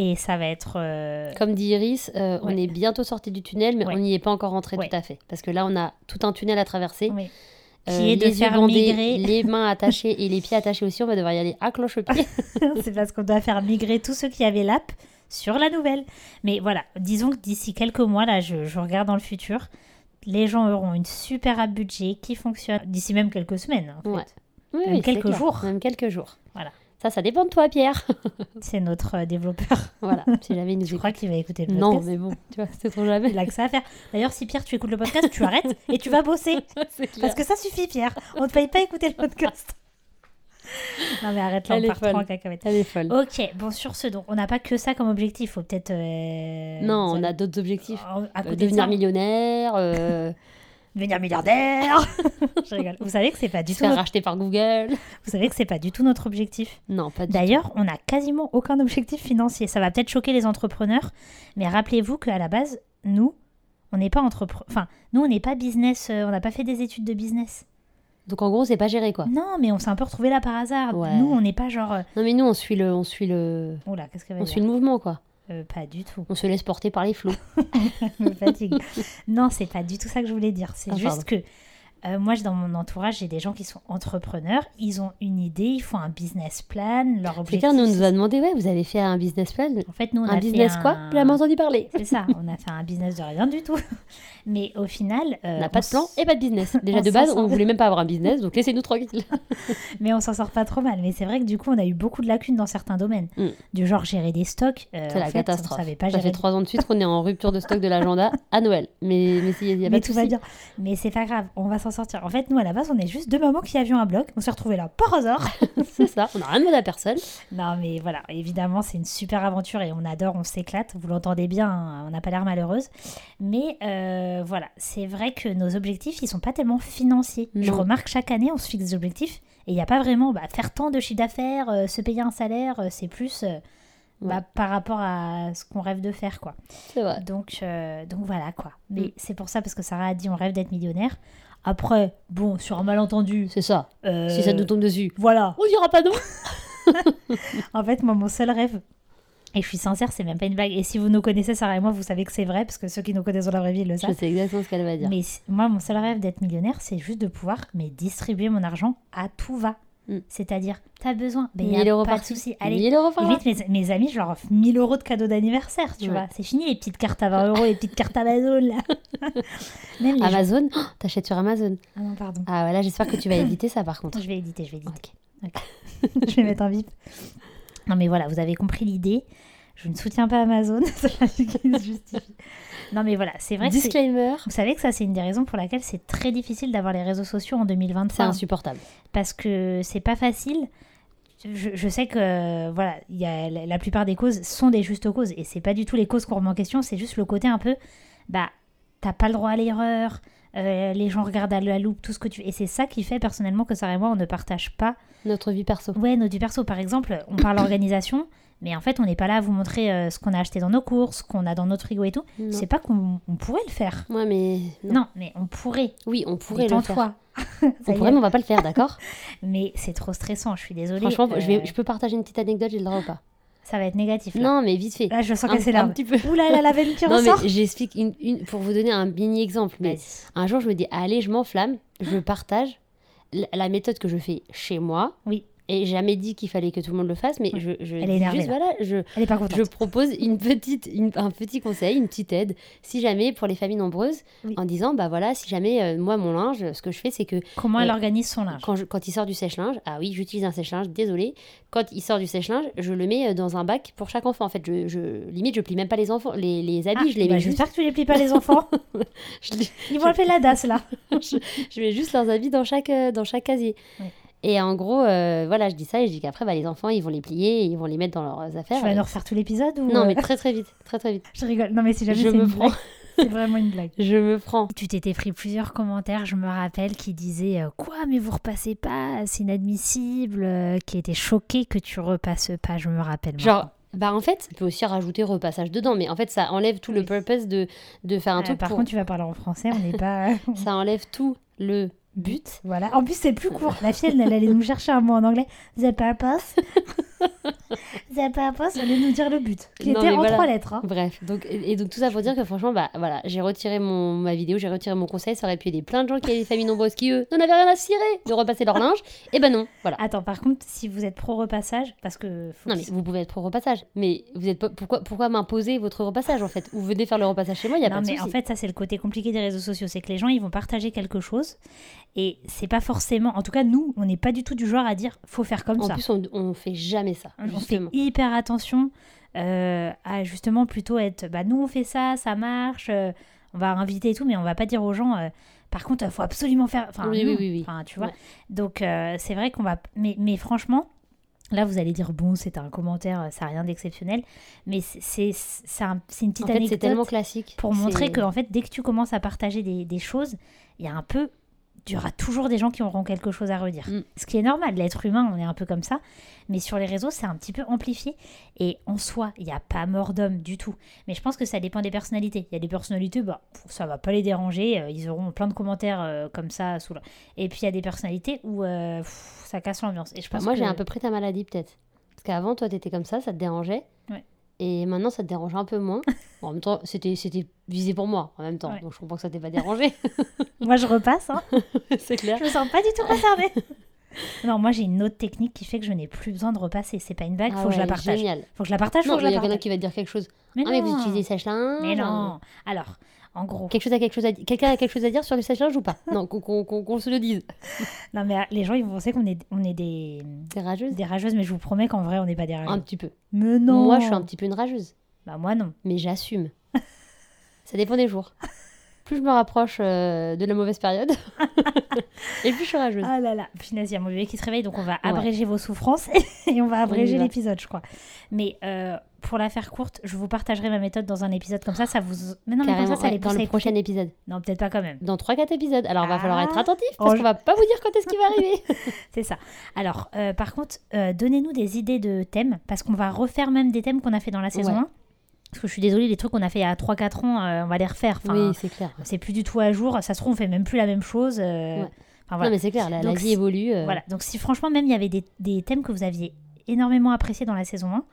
[SPEAKER 3] Et ça va être. euh,
[SPEAKER 4] Comme dit Iris, euh, on
[SPEAKER 3] Ouais.
[SPEAKER 4] est bientôt sorti du tunnel, mais
[SPEAKER 3] Ouais.
[SPEAKER 4] on n'y est pas encore rentré
[SPEAKER 3] Ouais.
[SPEAKER 4] tout à fait. Parce que là, on a tout un tunnel à traverser.
[SPEAKER 3] oui.
[SPEAKER 4] Euh,
[SPEAKER 3] Qui est de
[SPEAKER 4] les yeux
[SPEAKER 3] faire
[SPEAKER 4] bandés, [laughs]
[SPEAKER 3] migrer.
[SPEAKER 4] les mains attachées et les pieds attachés aussi. On va devoir y aller à cloche-pied.
[SPEAKER 3] Ah, c'est parce qu'on doit faire migrer tous ceux qui avaient l'app sur la nouvelle. Mais voilà, disons que d'ici quelques mois, là, je, je regarde dans le futur, les gens auront une super app budget qui fonctionne d'ici même quelques semaines. hein. en fait.
[SPEAKER 4] Ouais. Oui,
[SPEAKER 3] Même
[SPEAKER 4] oui, c'est
[SPEAKER 3] quelques
[SPEAKER 4] clair.
[SPEAKER 3] jours.
[SPEAKER 4] Même quelques jours.
[SPEAKER 3] Voilà.
[SPEAKER 4] Ça, ça dépend de toi, Pierre. [laughs]
[SPEAKER 3] C'est notre euh, développeur.
[SPEAKER 4] voilà, si jamais il nous
[SPEAKER 3] Je
[SPEAKER 4] écoute.
[SPEAKER 3] crois qu'il va écouter le
[SPEAKER 4] Non,
[SPEAKER 3] podcast.
[SPEAKER 4] mais bon, tu vois, c'est trop
[SPEAKER 3] [laughs]
[SPEAKER 4] jamais.
[SPEAKER 3] Il a que ça à faire. D'ailleurs, si Pierre, tu écoutes le podcast,
[SPEAKER 4] [laughs]
[SPEAKER 3] tu arrêtes et tu vas bosser. Parce que ça suffit, Pierre. On ne te paye pas à écouter
[SPEAKER 4] [laughs]
[SPEAKER 3] le podcast. Non, mais arrête là,
[SPEAKER 4] Elle
[SPEAKER 3] on
[SPEAKER 4] est
[SPEAKER 3] part trop
[SPEAKER 4] folle.
[SPEAKER 3] en cacahuète.
[SPEAKER 4] Elle est folle.
[SPEAKER 3] Ok, bon, sur ce, donc, on n'a pas que ça comme objectif. Faut peut-être. euh,
[SPEAKER 4] non, on
[SPEAKER 3] ça-
[SPEAKER 4] a d'autres objectifs.
[SPEAKER 3] Oh, à
[SPEAKER 4] Euh,
[SPEAKER 3] côté de
[SPEAKER 4] devenir
[SPEAKER 3] ça,
[SPEAKER 4] millionnaire,
[SPEAKER 3] [laughs]
[SPEAKER 4] euh,
[SPEAKER 3] devenir milliardaire. [laughs] Je rigole. Vous savez que c'est pas du
[SPEAKER 4] se
[SPEAKER 3] tout.
[SPEAKER 4] faire
[SPEAKER 3] notre-
[SPEAKER 4] racheter par Google.
[SPEAKER 3] Vous savez que c'est pas du tout notre objectif.
[SPEAKER 4] Non, pas du
[SPEAKER 3] D'ailleurs, on n'a quasiment aucun objectif financier. Ça va peut-être choquer les entrepreneurs, mais rappelez-vous qu'à la base, nous, on n'est pas entrepre... Enfin, nous, on n'est pas business. euh, on n'a pas fait des études de business.
[SPEAKER 4] Donc en gros, c'est pas géré quoi.
[SPEAKER 3] Non, mais on s'est un peu retrouvé là par hasard.
[SPEAKER 4] Ouais.
[SPEAKER 3] Nous, on n'est pas genre. euh,
[SPEAKER 4] Non mais nous, on suit le, on suit le,
[SPEAKER 3] Oula, qu'est-ce qu'elle va
[SPEAKER 4] on
[SPEAKER 3] dire
[SPEAKER 4] suit le mouvement quoi.
[SPEAKER 3] Euh, Pas du tout.
[SPEAKER 4] On se laisse porter par les flots.
[SPEAKER 3] Je [laughs] me fatigue. non, c'est pas du tout ça que je voulais dire. C'est
[SPEAKER 4] Ah,
[SPEAKER 3] juste que euh, moi, je- dans mon entourage, j'ai des gens qui sont entrepreneurs. Ils ont une idée, ils font un business plan, leur objectif.
[SPEAKER 4] Putain, nous on nous a demandé, ouais, vous avez fait un business plan,
[SPEAKER 3] En fait, nous, on a
[SPEAKER 4] un business
[SPEAKER 3] fait
[SPEAKER 4] quoi
[SPEAKER 3] un-
[SPEAKER 4] J'ai jamais entendu parler.
[SPEAKER 3] C'est ça, on a fait un business de rien du tout. [laughs] Mais au final, euh,
[SPEAKER 4] On n'a pas
[SPEAKER 3] on
[SPEAKER 4] de plan
[SPEAKER 3] s-
[SPEAKER 4] et pas de
[SPEAKER 3] [laughs]
[SPEAKER 4] business. Déjà
[SPEAKER 3] on
[SPEAKER 4] de base,
[SPEAKER 3] s'en
[SPEAKER 4] on
[SPEAKER 3] sort. Euh,
[SPEAKER 4] voulait même pas avoir un business, donc
[SPEAKER 3] [laughs]
[SPEAKER 4] laissez-nous tranquille.
[SPEAKER 3] mais on s'en sort pas trop mal. Mais c'est vrai que du coup, on a eu beaucoup de lacunes dans certains domaines,
[SPEAKER 4] Mm.
[SPEAKER 3] du genre gérer des stocks. euh,
[SPEAKER 4] C'est
[SPEAKER 3] en
[SPEAKER 4] la
[SPEAKER 3] fait,
[SPEAKER 4] catastrophe.
[SPEAKER 3] On savait pas
[SPEAKER 4] Ça
[SPEAKER 3] gérer.
[SPEAKER 4] fait trois ans de suite qu'on est en rupture de stock de l'agenda à Noël. Mais mais s'il y a pas
[SPEAKER 3] mais
[SPEAKER 4] de
[SPEAKER 3] tout va
[SPEAKER 4] souci.
[SPEAKER 3] bien. Mais c'est pas grave, on va s'en sortir. En fait, nous à la base, on est juste deux mamans qui avions un blog. On s'est retrouvés là par hasard.
[SPEAKER 4] [laughs] C'est ça. On n'a rien demandé à personne.
[SPEAKER 3] Non, mais voilà, évidemment, c'est une super aventure et on adore, on s'éclate. Vous l'entendez bien, hein, on n'a pas l'air malheureuse. Mais euh, voilà, c'est vrai que nos objectifs, ils sont pas tellement financiers. Je
[SPEAKER 4] Non.
[SPEAKER 3] remarque chaque année, on se fixe des objectifs et il n'y a pas vraiment bah, faire tant de chiffre d'affaires, euh, se payer un salaire, euh, c'est plus euh, bah,
[SPEAKER 4] Ouais.
[SPEAKER 3] par rapport à ce qu'on rêve de faire, quoi.
[SPEAKER 4] C'est vrai.
[SPEAKER 3] Donc, euh, donc voilà, quoi.
[SPEAKER 4] Mm.
[SPEAKER 3] Mais c'est pour ça, parce que Sarah a dit, on rêve d'être millionnaire. Après, bon, sur un malentendu,
[SPEAKER 4] C'est ça.
[SPEAKER 3] euh,
[SPEAKER 4] Si ça nous tombe dessus,
[SPEAKER 3] voilà,
[SPEAKER 4] on dira pas non.
[SPEAKER 3] En fait, moi, mon seul rêve, et je suis sincère, c'est même pas une blague. Et si vous nous connaissez, Sarah et moi, vous savez que c'est vrai, parce que ceux qui nous connaissent dans la vraie vie ils le
[SPEAKER 4] Je
[SPEAKER 3] savent.
[SPEAKER 4] sais exactement ce qu'elle va dire.
[SPEAKER 3] Mais c- moi, mon seul rêve d'être millionnaire, c'est juste de pouvoir mais distribuer mon argent à tout va.
[SPEAKER 4] Mm.
[SPEAKER 3] C'est-à-dire, t'as besoin, mais
[SPEAKER 4] 1000 euros
[SPEAKER 3] pas
[SPEAKER 4] par
[SPEAKER 3] de souci.
[SPEAKER 4] Allez.
[SPEAKER 3] Allez,
[SPEAKER 4] 1000 euros par là.
[SPEAKER 3] limite, mes, mes amis, je leur offre 1000 euros de cadeaux d'anniversaire, tu
[SPEAKER 4] Ouais.
[SPEAKER 3] vois. C'est fini les petites cartes à 20 euros, les petites cartes
[SPEAKER 4] [laughs]
[SPEAKER 3] Amazon, là. Même les gens-
[SPEAKER 4] Amazon, oh, t'achètes sur Amazon.
[SPEAKER 3] Ah non, pardon.
[SPEAKER 4] Ah voilà, j'espère que [coughs] tu vas éditer ça par contre.
[SPEAKER 3] Je vais éditer, je vais éditer. Ok. [laughs] je vais mettre un bip. Non mais voilà, vous avez compris l'idée. Je ne soutiens pas Amazon. [laughs] C'est la vie qui se justifie. Non mais voilà, c'est vrai que c'est-
[SPEAKER 4] Disclaimer,
[SPEAKER 3] vous savez que ça c'est une des raisons pour laquelle c'est très difficile d'avoir les réseaux sociaux en
[SPEAKER 4] c'est
[SPEAKER 3] 2023
[SPEAKER 4] insupportable.
[SPEAKER 3] parce que c'est pas facile. Je, je sais que voilà, il y a, la la plupart des causes sont des justes causes et c'est pas du tout les causes qu'on remet en question, c'est juste le côté un peu bah t'as pas le droit à l'erreur, euh, les gens regardent à la loupe tout ce que tu et c'est ça qui fait personnellement que Sarah et moi on ne partage pas
[SPEAKER 4] Notre vie perso.
[SPEAKER 3] Ouais, nos du perso, par exemple,
[SPEAKER 4] [coughs]
[SPEAKER 3] on parle organisation, mais en fait, on n'est pas là à vous montrer euh, ce qu'on a acheté dans nos courses, ce qu'on a dans notre frigo et tout.
[SPEAKER 4] Non.
[SPEAKER 3] C'est pas qu'on on pourrait le faire.
[SPEAKER 4] Ouais, mais non.
[SPEAKER 3] Non, mais on pourrait.
[SPEAKER 4] oui, on pourrait le faire.
[SPEAKER 3] Détends-toi. [laughs] Ça
[SPEAKER 4] On
[SPEAKER 3] y
[SPEAKER 4] pourrait,
[SPEAKER 3] est.
[SPEAKER 4] mais on va pas le faire, d'accord
[SPEAKER 3] Mais c'est trop stressant, je suis désolée.
[SPEAKER 4] Franchement,
[SPEAKER 3] Euh,
[SPEAKER 4] je, vais- je peux partager une petite anecdote, j'ai le droit ou pas
[SPEAKER 3] Ça va être négatif. Là.
[SPEAKER 4] Non, mais vite fait.
[SPEAKER 3] Là, je sens
[SPEAKER 4] Un-
[SPEAKER 3] que c'est
[SPEAKER 4] un
[SPEAKER 3] là.
[SPEAKER 4] petit peu.
[SPEAKER 3] Ouh là là, la veine qui
[SPEAKER 4] Non,
[SPEAKER 3] ressort.
[SPEAKER 4] mais j'explique une, une- pour vous donner un mini exemple. Mais
[SPEAKER 3] Vas-y.
[SPEAKER 4] un jour, je me dis, allez, je m'enflamme, je partage la, la méthode que je fais chez moi.
[SPEAKER 3] Oui.
[SPEAKER 4] Et jamais dit qu'il fallait que tout le monde le fasse, mais je, je
[SPEAKER 3] Elle est
[SPEAKER 4] dis
[SPEAKER 3] énervée,
[SPEAKER 4] juste,
[SPEAKER 3] là.
[SPEAKER 4] voilà, je,
[SPEAKER 3] Elle est pas contente.
[SPEAKER 4] je propose une petite, une- un petit conseil, une petite aide, si jamais pour les familles nombreuses,
[SPEAKER 3] Oui.
[SPEAKER 4] en disant bah voilà, si jamais euh, moi mon linge, ce que je fais c'est que
[SPEAKER 3] Comment elle
[SPEAKER 4] Euh,
[SPEAKER 3] organise son linge
[SPEAKER 4] quand, je- quand il sort du sèche-linge, ah oui, j'utilise un sèche-linge, désolé. Quand il sort du sèche-linge, je le mets euh, dans un bac pour chaque enfant. En fait, je, je- limite je plie même pas les enfants, les, les habits,
[SPEAKER 3] Ah,
[SPEAKER 4] je les
[SPEAKER 3] bah,
[SPEAKER 4] mets juste,
[SPEAKER 3] J'espère que tu les plies pas,
[SPEAKER 4] [laughs]
[SPEAKER 3] les enfants.
[SPEAKER 4] je, les- [laughs]
[SPEAKER 3] Ils vont appeler la DAS, là.
[SPEAKER 4] je mets juste leurs habits dans chaque euh, dans chaque casier.
[SPEAKER 3] Ouais.
[SPEAKER 4] Et en gros, euh, voilà, je dis ça et je dis qu'après bah, les enfants ils vont les plier, et ils vont les mettre dans leurs
[SPEAKER 3] Tu
[SPEAKER 4] affaires.
[SPEAKER 3] vas nous refaire tout l'épisode ou
[SPEAKER 4] Non
[SPEAKER 3] euh,
[SPEAKER 4] mais très très vite, très très vite.
[SPEAKER 3] Je rigole. Non, mais si jamais
[SPEAKER 4] Je
[SPEAKER 3] c'est
[SPEAKER 4] me
[SPEAKER 3] une
[SPEAKER 4] prends,
[SPEAKER 3] blague, c'est vraiment une blague.
[SPEAKER 4] je me prends.
[SPEAKER 3] Tu t'étais pris plusieurs commentaires, je me rappelle, qui disaient euh, Quoi, mais vous repassez pas C'est inadmissible euh, Qui étaient choqués que tu repasses pas, je me rappelle.
[SPEAKER 4] Genre, bah en fait, tu peux aussi rajouter repassage dedans, mais en fait, ça enlève tout le
[SPEAKER 3] Oui.
[SPEAKER 4] purpose de, de faire un
[SPEAKER 3] maintenant. Euh,
[SPEAKER 4] truc.
[SPEAKER 3] par
[SPEAKER 4] pour-
[SPEAKER 3] contre, tu vas parler en français, on n'est pas.
[SPEAKER 4] Ça enlève tout le but.
[SPEAKER 3] voilà.
[SPEAKER 4] [laughs]
[SPEAKER 3] En plus, c'est plus court. La fille, elle, elle allait nous chercher un mot en anglais The purpose. The à pas à pas, ça allait nous dire le but, qui
[SPEAKER 4] Non,
[SPEAKER 3] était
[SPEAKER 4] mais
[SPEAKER 3] en
[SPEAKER 4] voilà.
[SPEAKER 3] trois lettres. hein.
[SPEAKER 4] Bref, donc, et et donc tout ça pour dire que franchement, bah voilà, j'ai retiré mon, ma vidéo, j'ai retiré mon conseil, ça aurait pu aider plein de gens qui avaient des familles nombreuses qui, eux, n'en avaient rien à cirer de repasser leur linge. Et ben non, voilà.
[SPEAKER 3] Attends, par contre, si vous êtes pro-repassage, parce que. faut
[SPEAKER 4] Non
[SPEAKER 3] que-
[SPEAKER 4] mais vous pouvez être pro repassage, mais vous êtes pas, pourquoi, pourquoi m'imposer votre repassage en fait Ou venez faire le repassage chez moi, il y a
[SPEAKER 3] Non,
[SPEAKER 4] pas de
[SPEAKER 3] mais
[SPEAKER 4] souci.
[SPEAKER 3] en fait, ça, c'est le côté compliqué des réseaux sociaux. C'est que les gens, ils vont partager quelque chose. Et c'est pas forcément. En tout cas, nous, on n'est pas du tout du genre à dire faut faire comme
[SPEAKER 4] en
[SPEAKER 3] ça.
[SPEAKER 4] plus, on, on fait jamais ça.
[SPEAKER 3] on fait
[SPEAKER 4] justement.
[SPEAKER 3] hyper attention euh, à justement plutôt être. Bah, nous, on fait ça, ça marche. euh, on va inviter et tout, mais on va pas dire aux gens. euh, par contre, il faut absolument faire. Enfin,
[SPEAKER 4] Oui, oui,
[SPEAKER 3] non.
[SPEAKER 4] oui, oui.
[SPEAKER 3] Enfin, tu vois.
[SPEAKER 4] Ouais.
[SPEAKER 3] Donc, euh, c'est vrai qu'on va. Mais, mais franchement. Là, vous allez dire, bon, c'est un commentaire, euh, ça n'a rien d'exceptionnel, mais c'est- c'est c'est un- c'est une
[SPEAKER 4] En
[SPEAKER 3] petite
[SPEAKER 4] fait, c'est
[SPEAKER 3] anecdote
[SPEAKER 4] tellement classique.
[SPEAKER 3] pour montrer
[SPEAKER 4] C'est-
[SPEAKER 3] que en fait dès que tu commences à partager des, des choses il y a un peu il y aura toujours des gens qui auront quelque chose à redire
[SPEAKER 4] Mm.
[SPEAKER 3] ce qui est normal l'être humain on est un peu comme ça mais sur les réseaux c'est un petit peu amplifié et en soi il n'y a pas mort d'homme du tout mais je pense que ça dépend des personnalités il y a des personnalités bah pff, ça va pas les déranger euh, ils auront plein de commentaires euh, comme ça sous le- et puis il y a des personnalités où euh, pff, ça casse l'ambiance et je
[SPEAKER 4] Bah,
[SPEAKER 3] pense
[SPEAKER 4] moi,
[SPEAKER 3] que-
[SPEAKER 4] j'ai à peu près ta maladie, peut-être. Parce qu'avant, toi, t'étais comme ça, ça te dérangeait.
[SPEAKER 3] Ouais.
[SPEAKER 4] Et maintenant, ça te dérange un peu
[SPEAKER 3] [laughs]
[SPEAKER 4] moins. Bon, en même temps, c'était c'était visé pour moi, en même temps.
[SPEAKER 3] Ouais.
[SPEAKER 4] Donc, je comprends que ça t'ait pas dérangé.
[SPEAKER 3] [laughs] moi je repasse hein. [laughs]
[SPEAKER 4] c'est clair.
[SPEAKER 3] Je me sens pas du tout
[SPEAKER 4] [laughs]
[SPEAKER 3] concernée. non, moi j'ai une autre technique qui fait que je n'ai plus besoin de repasser. C'est pas une blague, faut
[SPEAKER 4] Ah
[SPEAKER 3] que je la
[SPEAKER 4] ouais,
[SPEAKER 3] partage.
[SPEAKER 4] Génial.
[SPEAKER 3] Faut que je la partage, faut
[SPEAKER 4] Non,
[SPEAKER 3] que
[SPEAKER 4] mais il
[SPEAKER 3] je
[SPEAKER 4] y
[SPEAKER 3] la
[SPEAKER 4] a quelqu'un
[SPEAKER 3] partage.
[SPEAKER 4] qui va te dire quelque chose.
[SPEAKER 3] Mais
[SPEAKER 4] ah, mais vous utilisez sèche-linge
[SPEAKER 3] Mais
[SPEAKER 4] hein.
[SPEAKER 3] non. Alors, en gros,
[SPEAKER 4] Quelque chose a quelque chose à dire. Quelqu'un a quelque chose à dire sur le sèche-linge ou pas
[SPEAKER 3] [laughs]
[SPEAKER 4] Non, qu'on qu'on- qu'on- qu'on se le dise.
[SPEAKER 3] non mais euh, les gens ils vont penser qu'on est on est des
[SPEAKER 4] T'es rageuse
[SPEAKER 3] des rageuses, mais je vous promets qu'en vrai on n'est pas des rageuses.
[SPEAKER 4] Un petit peu.
[SPEAKER 3] Mais non.
[SPEAKER 4] Moi, je suis un petit peu une rageuse.
[SPEAKER 3] Bah moi non.
[SPEAKER 4] Mais
[SPEAKER 3] [laughs]
[SPEAKER 4] j'assume. ça dépend des jours. Plus je me rapproche euh, de la mauvaise
[SPEAKER 3] [laughs]
[SPEAKER 4] période, et plus je suis rageuse.
[SPEAKER 3] Ah là là, punaise, il y a mon bébé qui se réveille, donc on va
[SPEAKER 4] Ouais.
[SPEAKER 3] abréger vos souffrances [laughs] et on va abréger
[SPEAKER 4] va.
[SPEAKER 3] l'épisode, je crois. Mais euh, pour la faire courte, je vous partagerai ma méthode dans un épisode comme ça, ça vous. Mais non, mais comme
[SPEAKER 4] Carrément,
[SPEAKER 3] ça, ça
[SPEAKER 4] ouais,
[SPEAKER 3] les
[SPEAKER 4] dans
[SPEAKER 3] pousse à
[SPEAKER 4] le
[SPEAKER 3] écouter.
[SPEAKER 4] prochain épisode.
[SPEAKER 3] Non, peut-être pas quand même.
[SPEAKER 4] Dans 3-4 épisodes. Alors, il va falloir être
[SPEAKER 3] Ah.
[SPEAKER 4] attentif parce
[SPEAKER 3] Oh,
[SPEAKER 4] qu'on va pas vous dire quand est-ce
[SPEAKER 3] [laughs]
[SPEAKER 4] qu'il va arriver.
[SPEAKER 3] C'est ça. Alors, euh, par contre, euh, donnez-nous des idées de thèmes, parce qu'on va refaire même des thèmes qu'on a fait dans la saison
[SPEAKER 4] Ouais.
[SPEAKER 3] 1. Parce que je suis désolée, les trucs qu'on a fait il y a 3-4 ans, euh, on va les refaire. Enfin,
[SPEAKER 4] oui, c'est clair.
[SPEAKER 3] C'est plus du tout à jour. Ça se trouve, on fait même plus la même chose. euh,
[SPEAKER 4] Ouais.
[SPEAKER 3] enfin, voilà.
[SPEAKER 4] Non, mais c'est clair, la, la
[SPEAKER 3] Donc,
[SPEAKER 4] vie
[SPEAKER 3] si-
[SPEAKER 4] évolue. euh,
[SPEAKER 3] Voilà. Donc, si franchement, même il y avait des, des thèmes que vous aviez énormément appréciés dans la saison 1,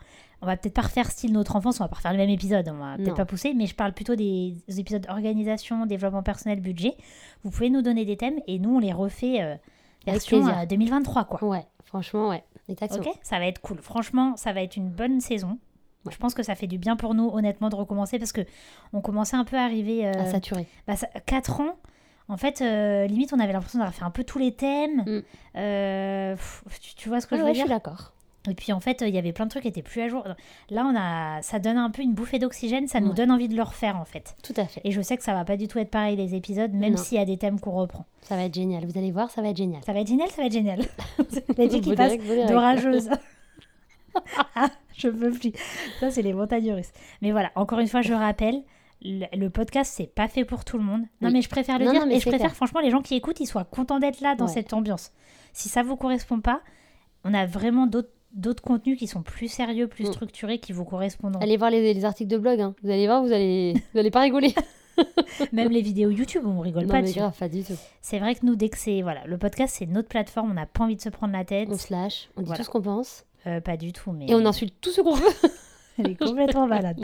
[SPEAKER 3] on va peut-être pas refaire style notre enfance, on va pas refaire le même épisode, on va
[SPEAKER 4] Non.
[SPEAKER 3] peut-être pas pousser, mais je parle plutôt des des épisodes organisation, développement personnel, budget. Vous pouvez nous donner des thèmes et nous, on les refait euh, version
[SPEAKER 4] plaisir.
[SPEAKER 3] euh, 2023, quoi.
[SPEAKER 4] Ouais, franchement, ouais. Exactement.
[SPEAKER 3] Ok, ça va être cool. Franchement, ça va être une bonne saison.
[SPEAKER 4] Ouais.
[SPEAKER 3] Je pense que ça fait du bien pour nous, honnêtement, de recommencer parce que on commençait un peu à arriver.
[SPEAKER 4] À
[SPEAKER 3] Euh,
[SPEAKER 4] saturer.
[SPEAKER 3] bah, ça- quatre ans. En fait, euh, limite, on avait l'impression d'avoir fait un peu tous les thèmes. Euh, pff, tu, tu vois ce que
[SPEAKER 4] Mm. Ouais,
[SPEAKER 3] je veux
[SPEAKER 4] ouais, je
[SPEAKER 3] dire
[SPEAKER 4] suis d'accord.
[SPEAKER 3] Et puis, en fait, euh, il y avait plein de trucs qui étaient plus à jour. Là, on a, ça donne un peu une bouffée d'oxygène. Ça nous
[SPEAKER 4] Ouais.
[SPEAKER 3] donne envie de le refaire, en fait.
[SPEAKER 4] Tout à fait.
[SPEAKER 3] Et je sais que ça va pas du tout être pareil les épisodes, même
[SPEAKER 4] Non.
[SPEAKER 3] s'il y a des thèmes qu'on reprend.
[SPEAKER 4] Ça va être génial. Vous allez voir, ça va être génial.
[SPEAKER 3] Ça va être génial, ça va être génial. [laughs] les filles qui
[SPEAKER 4] Vaudrait
[SPEAKER 3] passent
[SPEAKER 4] que- vaudrait que- [laughs]
[SPEAKER 3] de rageuse. Ah, [laughs] je peux plus. Ça, c'est les montagnes russes. Mais voilà, encore une fois, je rappelle, le, le podcast, c'est pas fait pour tout le monde. Non,
[SPEAKER 4] Oui.
[SPEAKER 3] mais je préfère le
[SPEAKER 4] Non,
[SPEAKER 3] dire
[SPEAKER 4] non, mais
[SPEAKER 3] et je
[SPEAKER 4] c'est
[SPEAKER 3] préfère
[SPEAKER 4] clair.
[SPEAKER 3] franchement les gens qui écoutent, ils soient contents d'être là dans
[SPEAKER 4] Ouais.
[SPEAKER 3] cette ambiance. Si ça vous correspond pas, on a vraiment d'autres d'autres contenus qui sont plus sérieux, plus
[SPEAKER 4] Mm.
[SPEAKER 3] structurés, qui vous correspondront.
[SPEAKER 4] Allez voir les, les articles de blog. hein. Vous allez voir, vous allez, vous allez pas
[SPEAKER 3] [laughs]
[SPEAKER 4] rigoler.
[SPEAKER 3] Même les vidéos YouTube, on rigole
[SPEAKER 4] non,
[SPEAKER 3] pas
[SPEAKER 4] mais
[SPEAKER 3] dessus.
[SPEAKER 4] grave, pas du tout.
[SPEAKER 3] C'est vrai que nous, dès que c'est... Voilà, le podcast, c'est notre plateforme, on n'a pas envie de se prendre la tête.
[SPEAKER 4] On se lâche, on dit
[SPEAKER 3] Voilà.
[SPEAKER 4] tout ce qu'on pense
[SPEAKER 3] Euh, pas du tout, mais...
[SPEAKER 4] et on insulte tout ce qu'on veut.
[SPEAKER 3] [laughs] Elle est complètement malade.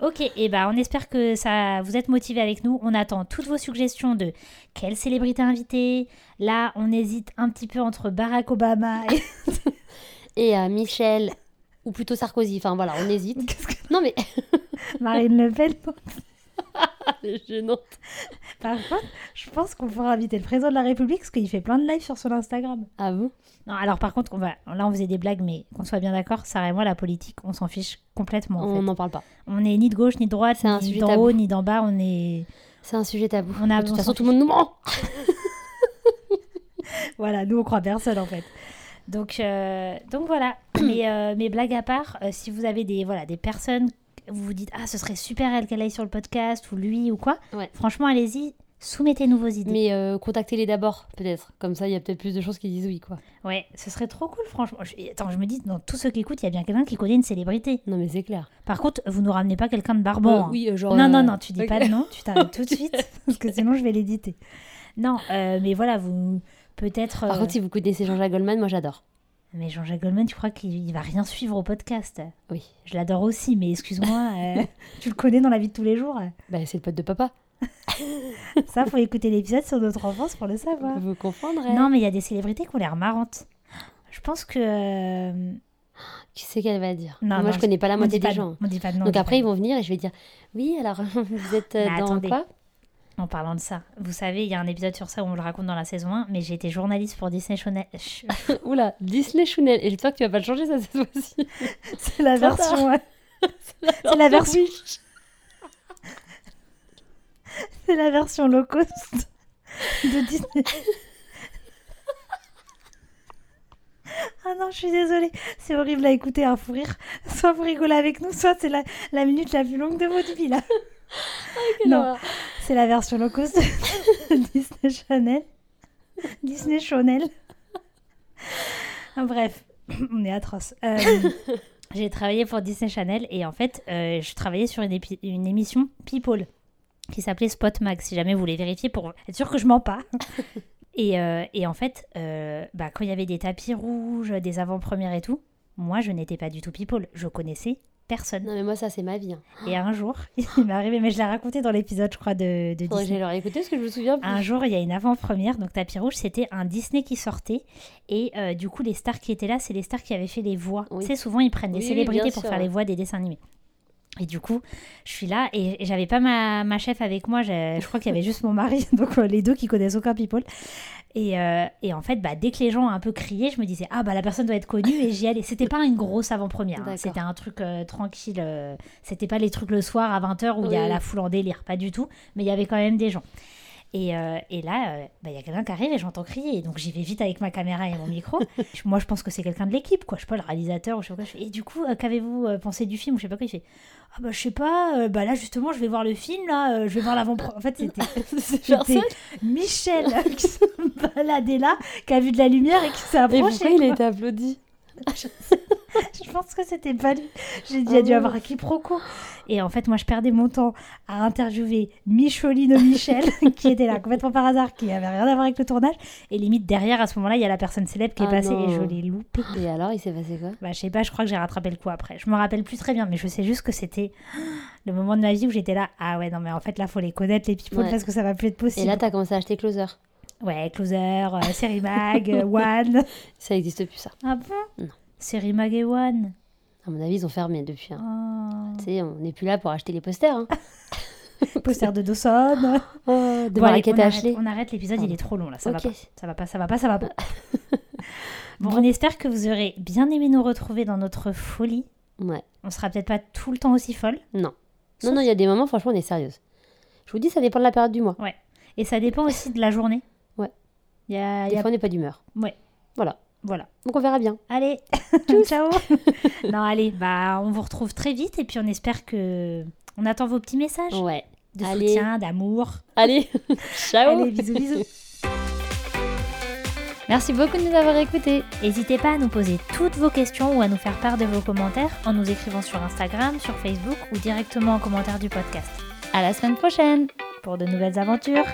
[SPEAKER 3] Ok, et ben on espère que ça vous êtes motivés avec nous. On attend toutes vos suggestions de quelle célébrité inviter. Là, on hésite un petit peu entre Barack Obama et [laughs]
[SPEAKER 4] Et euh, Michel, ou plutôt Sarkozy. Enfin voilà, on
[SPEAKER 3] [laughs]
[SPEAKER 4] hésite. Non mais, [laughs]
[SPEAKER 3] Marine Le Pen.
[SPEAKER 4] c'est gênant.
[SPEAKER 3] Par contre, je pense qu'on pourra inviter le président de la République parce qu'il fait plein de lives sur son Instagram.
[SPEAKER 4] Ah vous
[SPEAKER 3] Non, alors par contre, on va... là on faisait des blagues, mais qu'on soit bien d'accord, Sarah et moi, la politique, on s'en fiche complètement. En
[SPEAKER 4] On
[SPEAKER 3] fait.
[SPEAKER 4] n'en parle pas.
[SPEAKER 3] On est ni de gauche, ni de droite,
[SPEAKER 4] C'est un
[SPEAKER 3] ni
[SPEAKER 4] sujet
[SPEAKER 3] d'en
[SPEAKER 4] tabou.
[SPEAKER 3] haut, ni d'en bas. On est.
[SPEAKER 4] C'est un sujet tabou.
[SPEAKER 3] On a-
[SPEAKER 4] de
[SPEAKER 3] on
[SPEAKER 4] toute
[SPEAKER 3] s'en
[SPEAKER 4] façon, tout le monde nous ment.
[SPEAKER 3] Voilà, nous on croit personne en fait. Donc, euh,
[SPEAKER 4] [clears throat]
[SPEAKER 3] donc voilà. Mais, euh, mais blague à part, euh, si vous avez des, voilà, des personnes, que vous vous dites ah ce serait super elle qu'elle aille sur le podcast ou lui ou quoi,
[SPEAKER 4] Ouais.
[SPEAKER 3] franchement allez-y, soumettez-nous vos idées.
[SPEAKER 4] Mais euh, contactez-les d'abord, peut-être. Comme ça, il y a peut-être plus de chances qu'ils disent oui, quoi.
[SPEAKER 3] Ouais, ce serait trop cool franchement. Je- attends, je me dis dans tous ceux qui écoutent, il y a bien quelqu'un qui connaît une célébrité.
[SPEAKER 4] Non, mais c'est clair. Euh,
[SPEAKER 3] Par contre, vous nous ramenez pas quelqu'un de barbant. hein.
[SPEAKER 4] oui, genre.
[SPEAKER 3] Non, non, non, tu dis pas
[SPEAKER 4] de...
[SPEAKER 3] de nom, tu
[SPEAKER 4] [laughs]
[SPEAKER 3] t'arrêtes tout de suite, parce que sinon je vais l'éditer. Non, euh, mais voilà, vous peut-être...
[SPEAKER 4] Par
[SPEAKER 3] euh,
[SPEAKER 4] contre, si vous connaissez Jean-Jacques Goldman, moi j'adore.
[SPEAKER 3] Mais Jean-Jacques Goldman, tu crois qu'il il va rien suivre au podcast
[SPEAKER 4] Oui.
[SPEAKER 3] Je l'adore aussi,
[SPEAKER 4] [laughs]
[SPEAKER 3] mais excuse-moi, euh, tu le connais dans la vie de tous les jours.
[SPEAKER 4] Bah, c'est le pote de papa.
[SPEAKER 3] Ça, faut écouter l'épisode sur notre enfance pour le savoir.
[SPEAKER 4] Vous comprendrez.
[SPEAKER 3] Non, mais il y a des célébrités qui ont l'air marrantes. Je pense que. euh,
[SPEAKER 4] Qui c'est qu'elle va dire
[SPEAKER 3] Non,
[SPEAKER 4] Ah, Moi,
[SPEAKER 3] non,
[SPEAKER 4] je connais pas la
[SPEAKER 3] on
[SPEAKER 4] moitié
[SPEAKER 3] dit pas
[SPEAKER 4] des
[SPEAKER 3] de-
[SPEAKER 4] gens.
[SPEAKER 3] On dit pas de nom. on
[SPEAKER 4] Donc
[SPEAKER 3] dit pas
[SPEAKER 4] après,
[SPEAKER 3] de
[SPEAKER 4] ils vont venir et je vais dire Oui, alors, [laughs] vous êtes euh,
[SPEAKER 3] Mais
[SPEAKER 4] dans
[SPEAKER 3] attendez.
[SPEAKER 4] quoi
[SPEAKER 3] En parlant de ça, vous savez, il y a un épisode sur ça où on le raconte dans la saison 1, mais j'ai été journaliste pour Disney Channel.
[SPEAKER 4] [laughs]
[SPEAKER 3] Ch-
[SPEAKER 4] Oula, Disney Channel. Et j'espère que tu vas pas le changer, ça, cette fois-ci.
[SPEAKER 3] C'est la
[SPEAKER 4] Trop
[SPEAKER 3] version. [laughs] C'est la version. C'est la version low cost de Disney. Ah non, je suis désolée, c'est horrible à écouter, à fou rire. Soit vous rigolez avec nous, soit c'est la, la minute la plus longue de votre vie là. [laughs] Non.
[SPEAKER 4] Alors,
[SPEAKER 3] C'est la version low cost de [laughs] Disney Channel. Disney Channel. Ah, Bref, [clears throat] on est atroce. Euh,
[SPEAKER 4] [laughs]
[SPEAKER 3] J'ai travaillé pour Disney Channel et en fait, euh, je travaillais sur une, épi- une émission People qui s'appelait Spot Mag, si jamais vous voulez vérifier pour être sûr que je
[SPEAKER 4] [laughs]
[SPEAKER 3] mens pas. Et, euh, et en fait, euh, bah, quand il y avait des tapis rouges, des avant-premières et tout, moi je n'étais pas du tout People, je connaissais personne.
[SPEAKER 4] [gasps] Non, mais moi, ça, c'est ma vie. hein.
[SPEAKER 3] Et un jour, [laughs] il m'est arrivé, mais je l'ai raconté dans l'épisode, je crois, de,
[SPEAKER 4] Faudrait que
[SPEAKER 3] de Disney. Ah,
[SPEAKER 4] j'aille leur écouter parce que je me souviens plus.
[SPEAKER 3] Un jour, il y a une avant-première, donc Tapis Rouge, c'était un Disney qui sortait. Et euh, du coup, les stars qui étaient là, c'est les stars qui avaient fait les voix.
[SPEAKER 4] Oui.
[SPEAKER 3] Tu sais, souvent, ils prennent
[SPEAKER 4] Oui,
[SPEAKER 3] des
[SPEAKER 4] oui,
[SPEAKER 3] célébrités
[SPEAKER 4] bien
[SPEAKER 3] pour
[SPEAKER 4] sûr,
[SPEAKER 3] faire
[SPEAKER 4] ouais.
[SPEAKER 3] les voix des dessins animés. Et du coup, je suis là et et j'avais pas ma, ma chef avec moi, j'ai- je crois qu'il y avait juste mon mari, [laughs] donc euh, les deux qui connaissent aucun people. Et, euh, et en fait, bah, dès que les gens un peu criaient, je me disais, ah bah la personne doit être connue et j'y allais. C'était pas une grosse avant-première, hein.
[SPEAKER 4] D'accord.
[SPEAKER 3] c'était un truc euh, tranquille, euh, c'était pas les trucs le soir à 20h où il y a
[SPEAKER 4] Oui.
[SPEAKER 3] la foule en délire, pas du tout, mais il y avait quand même des gens. Et, euh, et là, euh, bah, il y a quelqu'un qui arrive et j'entends crier. Donc j'y vais vite avec ma caméra et
[SPEAKER 4] [laughs]
[SPEAKER 3] mon micro. Je- Moi, je pense que c'est quelqu'un de l'équipe, quoi. Je sais pas, le réalisateur ou je sais pas quoi. Je fais, et du coup, euh, qu'avez-vous euh, pensé du film ou je sais pas quoi Il fait Ah bah je sais pas, euh, bah là justement, je vais voir le film, là, euh, je vais voir l'avant En fait, c'était
[SPEAKER 4] [laughs] genre
[SPEAKER 3] c'était Michel [laughs] qui se baladait là, qui a vu de la lumière et qui s'est
[SPEAKER 4] Mais
[SPEAKER 3] approché.
[SPEAKER 4] pourquoi il a
[SPEAKER 3] quoi.
[SPEAKER 4] été applaudi
[SPEAKER 3] [laughs] Je pense que c'était pas lui. J'ai dit, il
[SPEAKER 4] Ah
[SPEAKER 3] y a dû
[SPEAKER 4] non.
[SPEAKER 3] avoir un quiproquo. Et en fait, moi, je perdais mon temps à interviewer Micheline Michel, [laughs] qui était là complètement par hasard, qui avait rien à voir avec le tournage. Et limite, derrière, à ce moment-là, il y a la personne célèbre qui est
[SPEAKER 4] Ah
[SPEAKER 3] passée et je
[SPEAKER 4] non.
[SPEAKER 3] l'ai loupée.
[SPEAKER 4] Et alors, il s'est passé quoi
[SPEAKER 3] Bah, je sais pas, je crois que j'ai rattrapé le coup après. Je me rappelle plus très bien, mais je sais juste que c'était [gasps] le moment de ma vie où j'étais là. Ah ouais, non, mais en fait, là, faut les connaître, les people,
[SPEAKER 4] Ouais.
[SPEAKER 3] parce que ça va plus être
[SPEAKER 4] Et
[SPEAKER 3] possible.
[SPEAKER 4] là, t'as commencé à acheter Closer.
[SPEAKER 3] Ouais, Closer, euh, Série Mag, euh, One.
[SPEAKER 4] Ça existe plus, ça.
[SPEAKER 3] Ah bon
[SPEAKER 4] [laughs] Non.
[SPEAKER 3] Série Mag et One.
[SPEAKER 4] À mon avis, ils ont fermé depuis. hein.
[SPEAKER 3] Oh.
[SPEAKER 4] Tu sais, on n'est plus là pour acheter les posters.
[SPEAKER 3] [laughs]
[SPEAKER 4] Hein.
[SPEAKER 3] Poster de Dawson.
[SPEAKER 4] Oh, de
[SPEAKER 3] Bon, allez,
[SPEAKER 4] Mariquette
[SPEAKER 3] on, arrête,
[SPEAKER 4] Ashley.
[SPEAKER 3] on arrête l'épisode, il
[SPEAKER 4] Pardon.
[SPEAKER 3] est trop long là, ça
[SPEAKER 4] Ok.
[SPEAKER 3] va pas. Ça va pas, ça va pas, ça
[SPEAKER 4] [laughs]
[SPEAKER 3] va pas. bon, on espère que vous aurez bien aimé nous retrouver dans notre folie.
[SPEAKER 4] Ouais.
[SPEAKER 3] On sera peut-être pas tout le temps aussi folle.
[SPEAKER 4] Non.
[SPEAKER 3] Sauf-
[SPEAKER 4] Non, non, il y a des moments, franchement, on est sérieuse. Je vous dis, ça dépend de la période du mois.
[SPEAKER 3] Et ça dépend aussi de la journée.
[SPEAKER 4] Ouais.
[SPEAKER 3] Il y a,
[SPEAKER 4] Des
[SPEAKER 3] il Ah, y a-
[SPEAKER 4] fois, on n'est pas d'humeur.
[SPEAKER 3] Ouais.
[SPEAKER 4] Voilà.
[SPEAKER 3] Voilà.
[SPEAKER 4] Donc, on verra bien. [laughs]
[SPEAKER 3] Allez, ciao. [laughs] non, allez, bah on vous retrouve très vite et puis on espère que on attend vos petits messages
[SPEAKER 4] Ouais.
[SPEAKER 3] de
[SPEAKER 4] Allez.
[SPEAKER 3] soutien, d'amour.
[SPEAKER 4] Allez, [laughs] ciao
[SPEAKER 3] Allez, bisous, [laughs] bisous.
[SPEAKER 4] Merci beaucoup de nous avoir écoutés.
[SPEAKER 3] N'hésitez pas à nous poser toutes vos questions ou à nous faire part de vos commentaires en nous écrivant sur Instagram, sur Facebook ou directement en commentaire du podcast.
[SPEAKER 4] À la semaine prochaine
[SPEAKER 3] Pour de nouvelles aventures